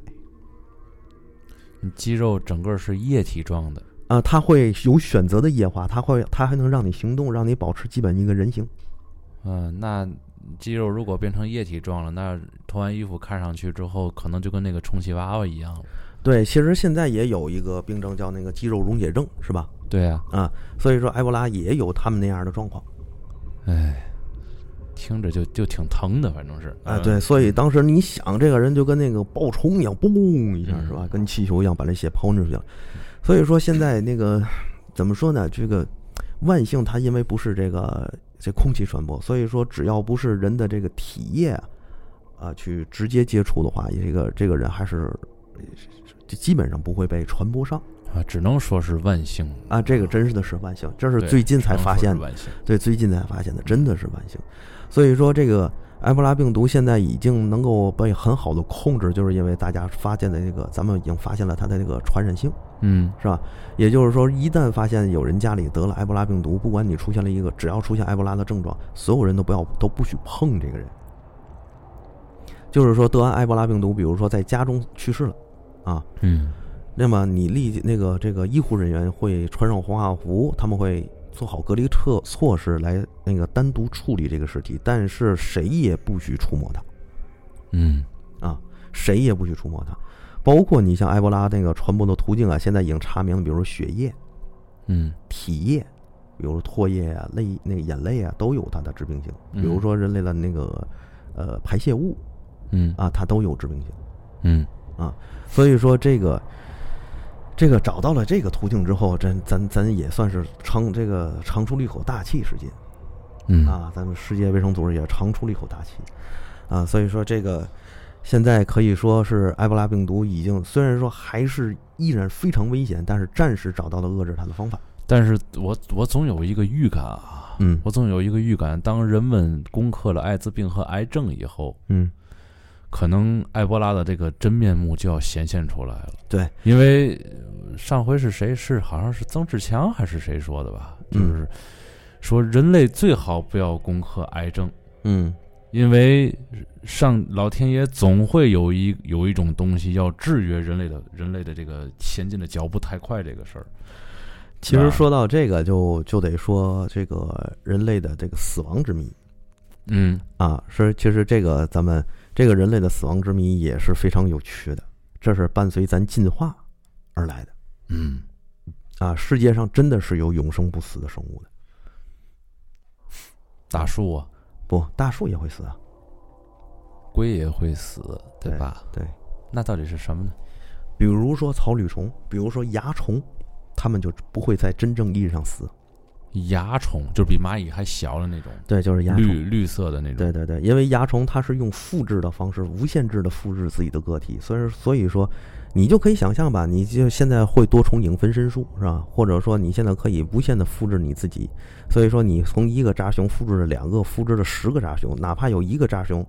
A: 你肌肉整个是液体状的。
B: 啊、它会有选择的液化，它会它还能让你行动，让你保持基本一个人形。
A: 嗯，那肌肉如果变成液体状了，那脱完衣服看上去之后，可能就跟那个充气娃娃一样了。
B: 对，其实现在也有一个病症叫那个肌肉溶解症，是吧？
A: 对啊，
B: 啊、所以说埃博拉也有他们那样的状况。
A: 哎，听着就就挺疼的，反正是
B: 啊，对，，所以当时你想，这个人就跟那个爆冲一样，嘣一下是吧？跟气球一样把这血抛出去了。所以说现在那个怎么说呢？这个万幸，它因为不是这个这空气传播，所以说只要不是人的这个体液啊啊去直接接触的话，这个这个人还是就基本上不会被传播上
A: 啊，只能说是万幸
B: 啊。这个真是的是万幸，这是
A: 对
B: 最近才
A: 只能
B: 发
A: 说
B: 现
A: 是
B: 的。
A: 万幸。
B: 对，最近才发现的，真的是万幸。所以说，这个埃博拉病毒现在已经能够被很好的控制，就是因为大家发现的这个，咱们已经发现了它的这个传染性
A: 嗯
B: 是吧？也就是说，一旦发现有人家里得了埃博拉病毒，不管你出现了一个，只要出现埃博拉的症状，所有人都不要都不许碰这个人。就是说，得完埃博拉病毒，比如说在家中去世了，啊，
A: 嗯
B: 那么你立即那个这个医护人员会穿上红画服，他们会做好隔离措措施来那个单独处理这个尸体，但是谁也不许触摸它。
A: 嗯
B: 啊，谁也不许触摸它，包括你像埃博拉那个传播的途径啊，现在已经查明了，比如说血液、
A: 嗯
B: 体液，比如说唾液啊、泪那个眼泪啊，都有它的致病性。比
A: 嗯
B: 如说人类的那个呃排泄物
A: 嗯
B: 啊，它都有致病性。
A: 嗯
B: 所以说这个这个找到了这个途径之后，咱咱咱也算是长这个长出了一口大气，使劲。
A: 嗯
B: 啊，咱们世界卫生组织也长出了一口大气，啊，所以说这个现在可以说是埃博拉病毒已经虽然说还是依然非常危险，但是暂时找到了遏制它的方法。
A: 但是我我总有一个预感啊，
B: 嗯
A: 我总有一个预感，当人们攻克了艾滋病和癌症以后，
B: 嗯，
A: 可能埃博拉的这个真面目就要显现出来了。
B: 对，
A: 因为呃上回是谁是好像是曾志强还是谁说的吧，就
B: 嗯
A: 是说人类最好不要攻克癌症，
B: 嗯
A: 因为上老天爷总会有一有一种东西要制约人类的人类的这个前进的脚步太快这个事儿。
B: 其
A: 啊
B: 实说到这个就，就得说这个人类的这个死亡之谜
A: 嗯
B: 啊，是其实这个咱们这个人类的死亡之谜也是非常有趣的，这是伴随咱进化而来的
A: 嗯，
B: 啊。世界上真的是有永生不死的生物的，
A: 大树啊，
B: 不，大树也会死啊。
A: 龟也会死，对吧？
B: 对对
A: 那到底是什么呢？
B: 比如说草履虫，比如说蚜虫，它们就不会在真正意义上死。
A: 蚜虫就是比蚂蚁还小的那种，
B: 对，就是蚜虫。
A: 绿绿色的那种。
B: 对对对，因为蚜虫它是用复制的方式，无限制的复制自己的个体，所以所以说，你就可以想象吧，你就现在会多重影分身术是吧？或者说你现在可以无限的复制你自己，所以说你从一个扎熊复制了两个，复制了十个扎熊，哪怕有一个扎熊，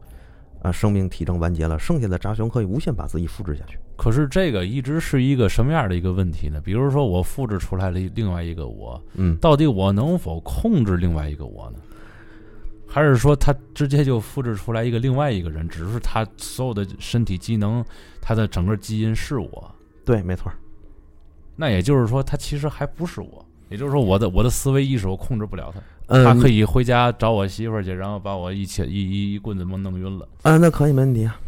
B: 啊，生命体征完结了，剩下的扎熊可以无限把自己复制下去。
A: 可是这个一直是一个什么样的一个问题呢？比如说我复制出来了一另外一个我，
B: 嗯，
A: 到底我能否控制另外一个我呢？还是说他直接就复制出来一个另外一个人，只是他所有的身体机能，他的整个基因是我？
B: 对，没错儿。
A: 那也就是说，他其实还不是我。也就是说，我的我的思维意识我控制不了他，
B: 嗯，
A: 他可以回家找我媳妇儿去，然后把我一起一一一棍子蒙弄晕了。
B: 啊，那可以没问题啊。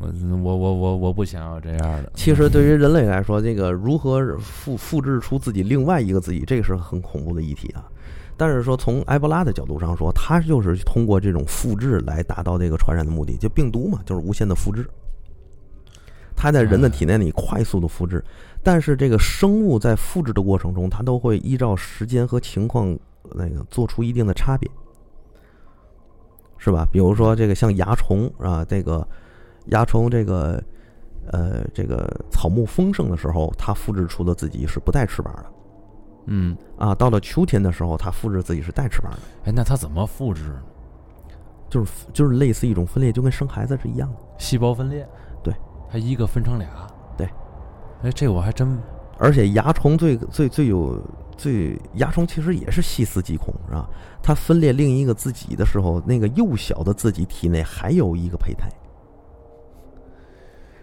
A: 我我我我我不想要这样的。
B: 其实对于人类来说，这个如何复复制出自己另外一个自己，这个是很恐怖的议题啊。但是说从埃博拉的角度上说，它就是通过这种复制来达到这个传染的目的，就病毒嘛，就是无限的复制。它在人的体内里快速的复制，但是这个生物在复制的过程中，它都会依照时间和情况那个做出一定的差别，是吧？比如说这个像蚜虫啊，这个蚜虫这个呃，这个草木丰盛的时候，它复制出的自己是不带翅膀的
A: 嗯，
B: 啊。到了秋天的时候，它复制自己是带翅膀的，
A: 哎，那他怎么复制呢？
B: 就是就是类似一种分裂，就跟生孩子是一样的。
A: 细胞分裂，
B: 对，
A: 它一个分成俩，哎
B: 对。而且蚜虫最最最有最蚜虫其实也是细思极恐啊。它分裂另一个自己的时候，那个幼小的自己体内还有一个胚胎，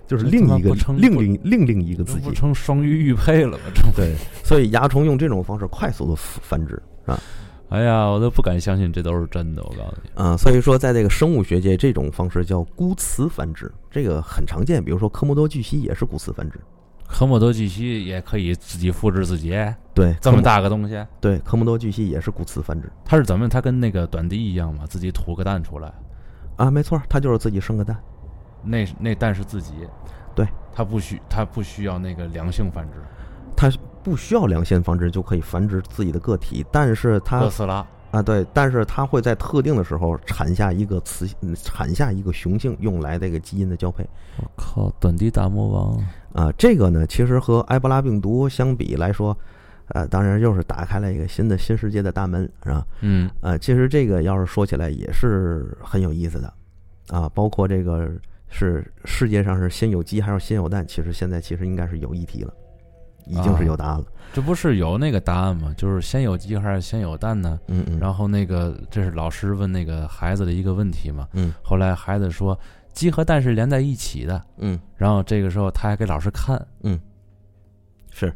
B: 就是
A: 这
B: 另
A: 他妈
B: 一个
A: 不成
B: 另
A: 不
B: 另另另一个
A: 这
B: 自己
A: 不。成双鱼玉佩了吗？ (laughs) 这不
B: 对，所以蚜虫用这种方式快速的繁殖。
A: 哎呀，我都不敢相信这都是真的。我告诉你，
B: 啊，所以说在这个生物学界，这种方式叫孤雌繁殖，这个很常见。比如说科莫多巨蜥也是孤雌繁殖，
A: 科莫多巨蜥也可以自己复制自己，
B: 对，
A: 这么
B: 科莫
A: 大个东西，
B: 对科莫多巨蜥也是孤雌繁殖
A: 它是怎么？它跟那个短笛一样嘛，自己吐个蛋出来，
B: 啊，没错儿，它就是自己生个蛋。
A: 那那蛋是自己，
B: 对，
A: 它不需它不需要那个良性繁殖。
B: 它不需要两性繁殖就可以繁殖自己的个体，但是它
A: 哥斯拉，
B: 啊，对，但是它会在特定的时候产下一个雌，嗯产下一个雄性，用来这个基因的交配。
A: 我靠，短笛大魔王，
B: 啊，这个呢，其实和埃博拉病毒相比来说，呃，当然又是打开了一个新的新世界的大门，是吧？
A: 嗯
B: 呃，其实这个要是说起来也是很有意思的，啊，包括这个是世界上是先有鸡还是先有蛋，其实现在其实应该是有议题了。已经
A: 啊
B: 是有答案了。
A: 这不是有那个答案吗？就是先有鸡还是先有蛋呢？
B: 嗯嗯，
A: 然后那个这是老师问那个孩子的一个问题嘛，
B: 嗯
A: 后来孩子说鸡和蛋是连在一起的，
B: 嗯
A: 然后这个时候他还给老师看，
B: 是。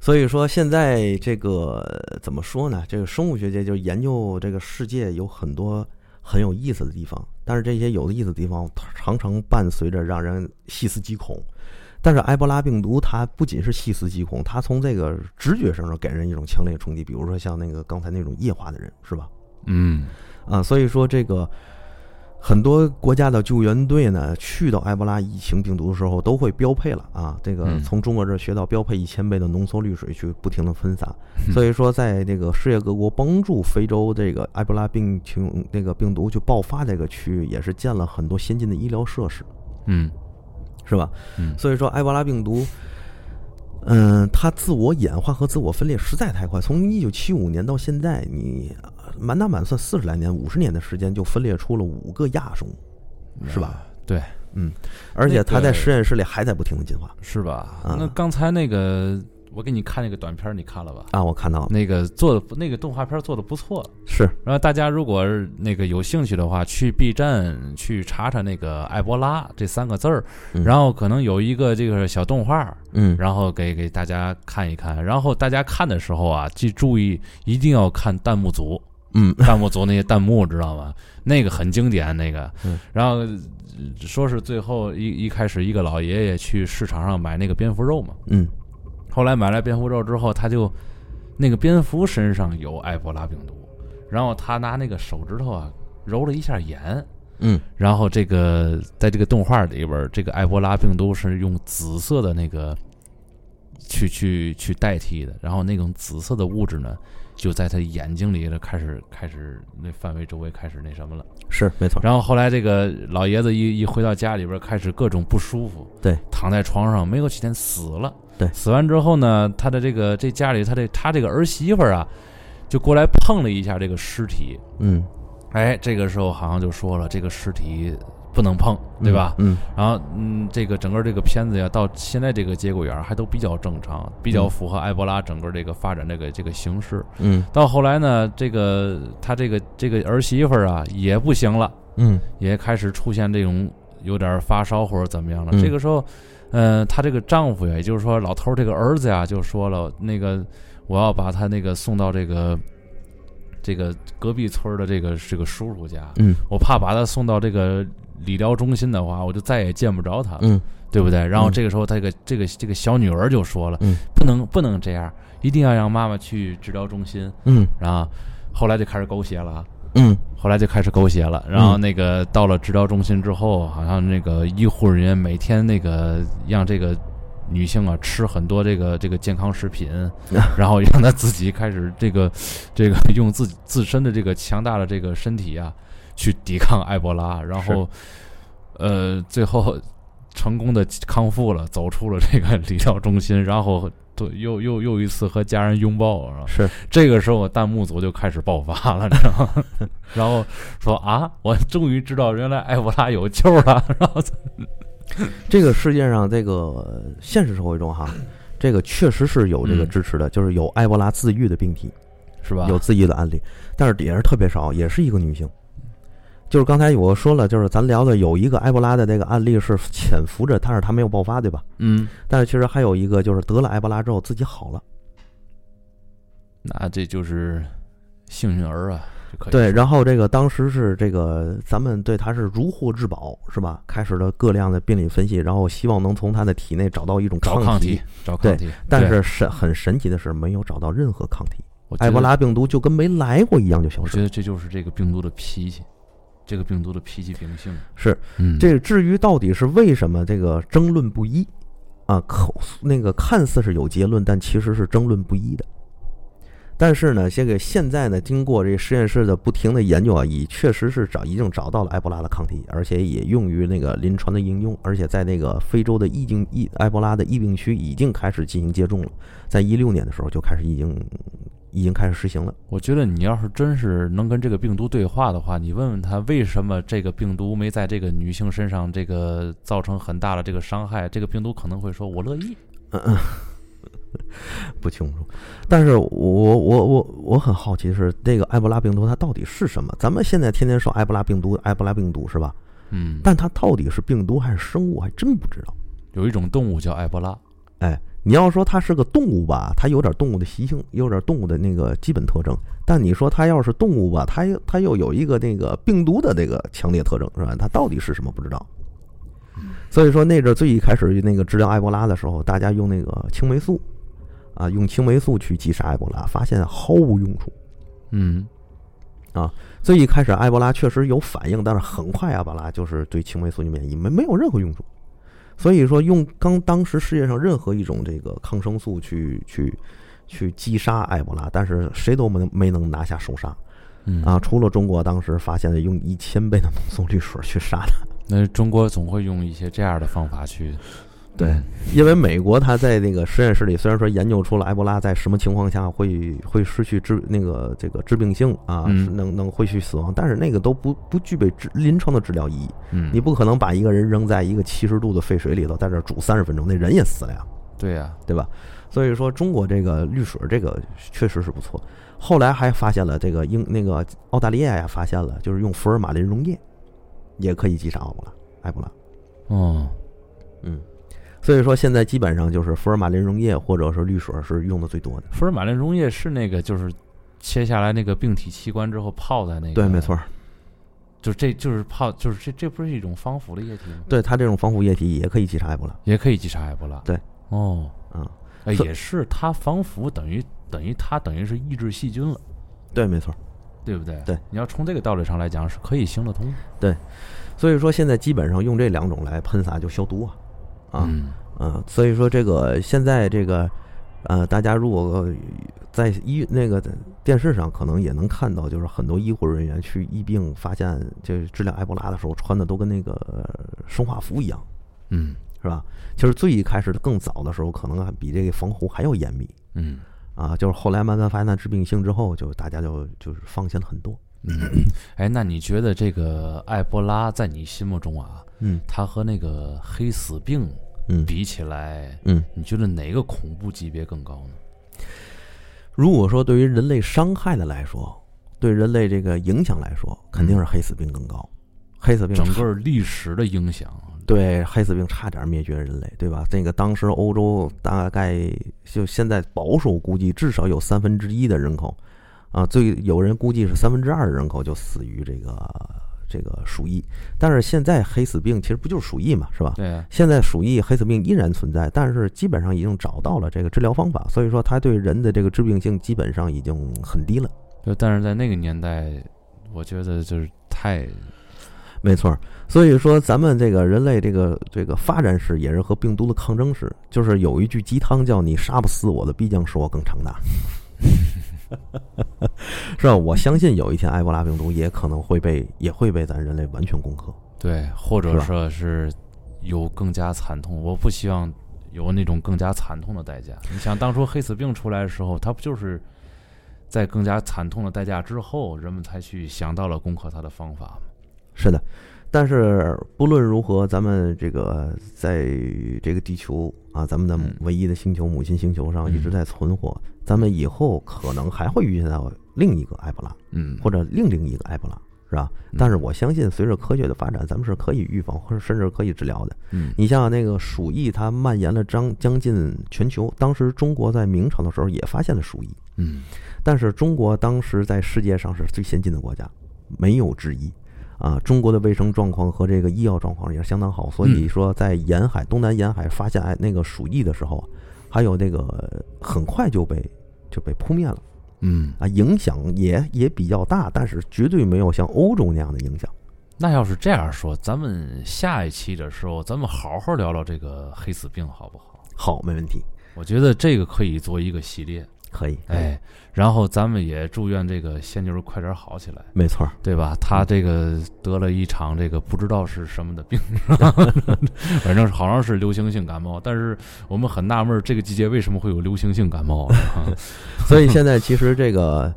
B: 所以说，现在这个呃怎么说呢？这个生物学界就研究这个世界有很多很有意思的地方，但是这些有意思的地方常常伴随着让人细思极恐。但是埃博拉病毒它不仅是细思极恐，它从这个直觉上给人一种强烈冲击，比如说像那个刚才那种液化的人，是吧？
A: 嗯
B: 啊，所以说这个很多国家的救援队呢，去到埃博拉疫情病毒的时候，都会标配了啊。这个
A: 嗯
B: 从中国这儿学到标配一千倍的浓缩滤水去不停的分散，所以说在这个世界各国帮助非洲这个埃博拉病情那个病毒去爆发这个区域，也是建了很多先进的医疗设施，
A: 嗯
B: 是吧？
A: 嗯
B: 所以说埃博拉病毒。嗯，它自我演化和自我分裂实在太快，从一九七五年到现在，你满打满算四十来年、五十年的时间就分裂出了五个亚种，是吧？
A: 啊对，
B: 嗯，而且它
A: 那
B: 在
A: 个
B: 实验室里还在不停的进化
A: 是吧？
B: 啊
A: 那刚才那个我给你看那个短片儿，你看了吧？
B: 啊！我看到了，
A: 那个做的那个动画片做的不错，
B: 是
A: 然后大家如果是那个有兴趣的话，去 B 站去查查那个埃博拉这三个字儿，
B: 嗯
A: 然后可能有一个这个小动画，
B: 嗯，
A: 然后给给大家看一看。然后大家看的时候啊，记注意一定要看弹幕
B: (laughs)
A: 组，
B: 嗯
A: 弹幕组那些弹幕知道吗？那个很经典，那个
B: 嗯。
A: 然后呃说是最后一一开始一个老爷爷去市场上买那个蝙蝠肉嘛，
B: 嗯
A: 后来买来蝙蝠肉之后，他就那个蝙蝠身上有埃博拉病毒，然后他拿那个手指头啊揉了一下眼，
B: 嗯
A: 然后这个在这个动画里边儿，这个埃博拉病毒是用紫色的那个去去去代替的，然后那种紫色的物质呢，就在他眼睛里了开始开始那范围周围开始那什么了。
B: 是没错，
A: 然后后来这个老爷子一一回到家里边儿，开始各种不舒服，
B: 对，
A: 躺在床上没有几天死了，
B: 对
A: 死完之后呢，他的这个这家里他这他这个儿媳妇儿啊，就过来碰了一下这个尸体，
B: 嗯，
A: 哎，这个时候好像就说了，这个尸体不能碰，对吧？
B: 嗯？
A: 然后，嗯，这个整个这个片子呀，到现在这个节骨眼儿还都比较正常，比较
B: 嗯
A: 符合埃博拉整个这个发展这个这个形势。
B: 嗯
A: 到后来呢，这个他这个这个儿媳妇儿啊也不行了，
B: 嗯
A: 也开始出现这种有点发烧或者怎么样了。
B: 嗯
A: 这个时候，呃，她这个丈夫呀，也就是说老头儿这个儿子呀，就说了，那个我要把他那个送到这个这个隔壁村儿的这个这个叔叔家，
B: 嗯
A: 我怕把他送到这个理疗中心的话，我就再也见不着他了，
B: 嗯
A: 对不对？然后
B: 嗯
A: 这个时候，他这个这个这个小女儿就说了，
B: 嗯
A: 不能不能这样，一定要让妈妈去治疗中心。
B: 嗯
A: 然后后来就开始狗血了啊。
B: 嗯
A: 后来就开始狗血了，然后那个到了治疗中心之后，好像那个医护人员每天那个让这个女性啊吃很多这个这个健康食品，然后让她自己开始这个这个用自己自身的这个强大的这个身体啊去抵抗埃博拉，然后呃最后成功的康复了，走出了这个 (laughs) 理疗中心，然后都又又又一次和家人拥抱啊。
B: 是
A: 这个时候，弹幕组就开始爆发了，你知道
B: (laughs)
A: 吗？然后说啊，我终于知道原来埃博拉有救了。 (laughs) 然后
B: 这个世界上，这个呃现实社会中哈，这个确实是有这个
A: 嗯
B: 支持的，就是有埃博拉自愈的病体，
A: 是吧？
B: 有自愈的案例，但是也是特别少，也是一个女性。就是刚才我说了，就是咱聊的有一个埃博拉的这个案例是潜伏着，但是它没有爆发，对吧？
A: 嗯，
B: 但是其实还有一个就是得了埃博拉之后自己好了，
A: 那这就是幸运儿啊，就可以
B: 对。然后这个当时是这个咱们对他是如获至宝，是吧？开始了各量的病理分析，然后希望能从他的体内找到一种
A: 找
B: 抗
A: 抗体，找
B: 对
A: 抗体。
B: 但
A: 对
B: 是神很神奇的是没有找到任何抗体。
A: 我觉
B: 埃
A: 得
B: 博，拉病毒就跟没来过一样就消
A: 我
B: 失
A: 觉
B: 了。
A: 得这就是这个病毒的脾气，这个病毒的脾气秉性。
B: 是
A: 嗯，
B: 这至于到底是为什么，这个争论不一啊，口那个看似是有结论，但其实是争论不一的。但是呢，这个现在呢，经过这实验室的不停的研究啊，已确实是找已经找到了埃博拉的抗体，而且也用于那个临床的应用，而且在那个非洲的疫病疫埃博拉的疫病区已经开始进行接种了，在一六年的时候就开始已经已经开始实行了。
A: 我觉得你要是真是能跟这个病毒对话的话，你问问他为什么这个病毒没在这个女性身上这个造成很大的这个伤害，这个病毒可能会说“我乐意”，
B: 嗯嗯 (laughs) 不清楚。但是我我我我很好奇的是，这个埃博拉病毒它到底是什么？咱们现在天天说埃博拉病毒，埃博拉病毒是吧？
A: 嗯，
B: 但它到底是病毒还是生物，还真不知道。
A: 有一种动物叫埃博拉，
B: 哎，你要说它是个动物吧，它有点动物的习性，有点动物的那个基本特征。但你说它要是动物吧，它又它又有一个那个病毒的这个强烈特征，是吧？它到底是什么不知道。所以说那阵儿最一开始那个治疗埃博拉的时候，大家用那个青霉素，啊，用青霉素去击杀埃博拉，发现毫无用处。
A: 嗯
B: 最一开始埃博拉确实有反应，但是很快埃博拉就是对青霉素就免疫，没没有任何用处。所以说，用刚当时世界上任何一种这个抗生素去去去击杀埃博拉，但是谁都没没能拿下首杀
A: 嗯
B: 啊！，除了中国，当时发现了用一千倍的浓缩氯水去杀它。
A: 那中国总会用一些这样的方法去，
B: 对，因为美国它在那个实验室里，虽然说研究出了埃博拉在什么情况下会会失去致那个这个致病性啊，
A: 嗯
B: 是能能会去死亡，但是那个都不不具备治临床的治疗意义。
A: 嗯，
B: 你不可能把一个人扔在一个七十度的沸水里头，在这儿煮三十分钟，那人也死了呀，
A: 对呀、
B: 对吧？所以说，中国这个滤水这个确实是不错。后来还发现了这个英那个澳大利亚呀，发现了就是用福尔马林溶液也可以击杀埃博拉，埃博拉。
A: 嗯，
B: 嗯，所以说现在基本上就是福尔马林溶液或者是滤水是用的最多的。
A: 福尔马林溶液是那个就是切下来那个病体器官之后泡在那个，
B: 对，没错，，
A: 就这就是泡，就是这这不是一种防腐的液体吗？
B: 对它这种防腐液体也可以击杀埃博拉。
A: 也可以击杀埃博拉。
B: 对，
A: 哦，
B: 嗯，
A: 哎，
B: 所
A: 也是它防腐等于等于它等于是抑制细菌了，
B: 对，没错。
A: 对不对？
B: 对，
A: 你要从这个道理上来讲是可以行得通的。
B: 所以说现在基本上用这两种来喷洒就消毒啊，啊，
A: 嗯
B: 嗯，所以说这个现在这个，呃，大家如果呃在医那个电视上可能也能看到，就是很多医护人员去医病发现就是治疗埃博拉的时候，穿的都跟那个呃生化服一样，
A: 嗯
B: 是吧？其实最一开始更早的时候，可能还比这个防护还要严密
A: 嗯
B: 啊，就是后来慢慢发现它致病性之后，就大家就就是放心了很多，
A: 嗯，哎，那你觉得这个埃博拉在你心目中啊，
B: 嗯
A: 它和那个黑死病
B: 嗯
A: 比起来，
B: 嗯。
A: 你觉得哪个恐怖级别更高呢？
B: 如果说对于人类伤害的来说，对人类这个影响来说，肯定是黑死病更高。黑死病
A: 整个历史的影响，啊
B: 对黑死病差点灭绝人类，对吧？这个当时欧洲大概就现在保守估计至少有三分之一的人口，啊，最有人估计是三分之二的人口就死于这个这个鼠疫。但是现在黑死病其实不就是鼠疫嘛，是吧？
A: 对啊，
B: 现在鼠疫、黑死病依然存在，但是基本上已经找到了这个治疗方法，所以说它对人的这个致病性基本上已经很低了。
A: 就但是在那个年代，我觉得就是太，
B: 没错儿，所以说咱们这个人类这个这个发展史也是和病毒的抗争史，就是有一句鸡汤叫“你杀不死我的，必将使我更强大”， (laughs) 是吧？我相信有一天埃博拉病毒也可能会被也会被咱人类完全攻克。
A: 对，或者
B: 是吧
A: 说是有更加惨痛，我不希望有那种更加惨痛的代价。你想，当初黑死病出来的时候，它不就是在更加惨痛的代价之后，人们才去想到了攻克它的方法吗？
B: 是的，但是不论如何，咱们这个在这个地球啊，咱们的
A: 嗯
B: 唯一的星球母亲星球上
A: 嗯
B: 一直在存活，咱们以后可能还会遇见到另一个埃博拉。
A: 嗯，
B: 或者另另一个埃博拉，是吧
A: 嗯？
B: 但是我相信，随着科学的发展，咱们是可以预防或者甚至可以治疗的。
A: 嗯
B: 你像那个鼠疫，它蔓延了将将近全球。当时中国在明朝的时候也发现了鼠疫，
A: 嗯
B: 但是中国当时在世界上是最先进的国家，没有之一。啊，中国的卫生状况和这个医药状况也是相当好，所以说在沿海东南沿海发现哎那个鼠疫的时候，还有那个很快就被就被扑灭了。
A: 嗯，
B: 啊，影响也也比较大，但是绝对没有像欧洲那样的影响。
A: 那要是这样说，咱们下一期的时候，咱们好好聊聊这个黑死病，好不好？
B: 好，没问题，
A: 我觉得这个可以做一个系列，
B: 可以，，
A: 哎，然后咱们也祝愿这个仙妞儿快点好起来，
B: 没错儿，
A: (laughs) 对吧？她这个得了一场这个不知道是什么的病， (laughs) 反正好像是流行性感冒，但是我们很纳闷儿，这个季节为什么会有流行性感冒啊？
B: 所以现在其实这个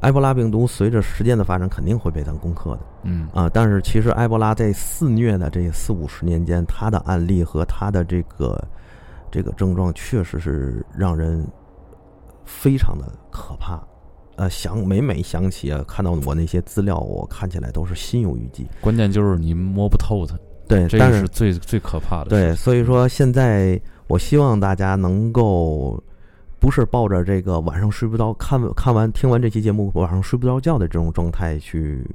B: 埃博拉病毒随着时间的发展，肯定会被咱攻克的
A: (laughs) 嗯
B: 啊。但是其实埃博拉在肆虐的这四五十年间，它的案例和它的这个这个症状确实是让人非常的可怕。呃，想每每想起啊，看到我那些资料，我看起来都是心有余悸。
A: 关键就是你摸不透它，
B: 对，
A: 这
B: 但
A: 个
B: 是
A: 是最最可怕的。
B: 对，，所以说现在我希望大家能够不是抱着这个晚上睡不着、看完看完听完这期节目晚上睡不着觉的这种状态去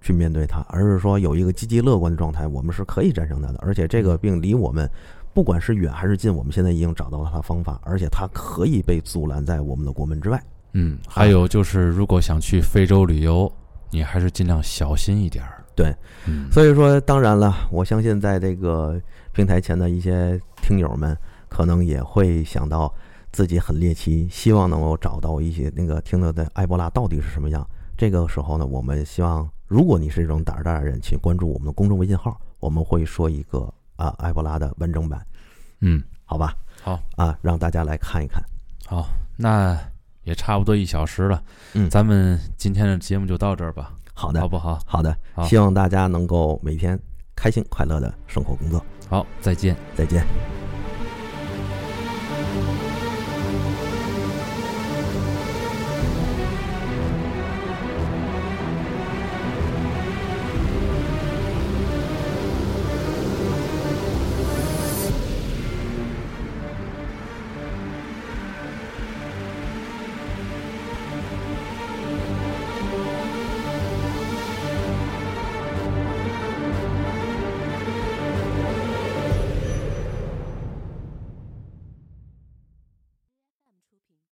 B: 去面对它，而是说有一个积极乐观的状态，我们是可以战胜它的。而且这个病离我们不管是远还是近，我们现在已经找到了它的方法，而且它可以被阻拦在我们的国门之外。
A: 嗯，
B: 啊
A: 还有就是，如果想去非洲旅游，你还是尽量小心一点儿。
B: 对，
A: 嗯，
B: 所以说，当然了，我相信在这个平台前的一些听友们，可能也会想到自己很猎奇，希望能够找到一些那个听到的埃博拉到底是什么样。这个时候呢，我们希望，如果你是这种胆儿大的人，请关注我们的公众微信号，我们会说一个啊埃博拉的完整版，
A: 嗯，
B: 好吧？
A: 好
B: 啊，让大家来看一看。
A: 好，那也差不多一小时了，
B: 嗯
A: 咱们今天的节目就到这儿吧，
B: 好
A: 好
B: 的，
A: 不好？
B: 好的，
A: 好
B: 希望大家能够每天开心快乐的生活工作。
A: 好，再见。
B: 再见。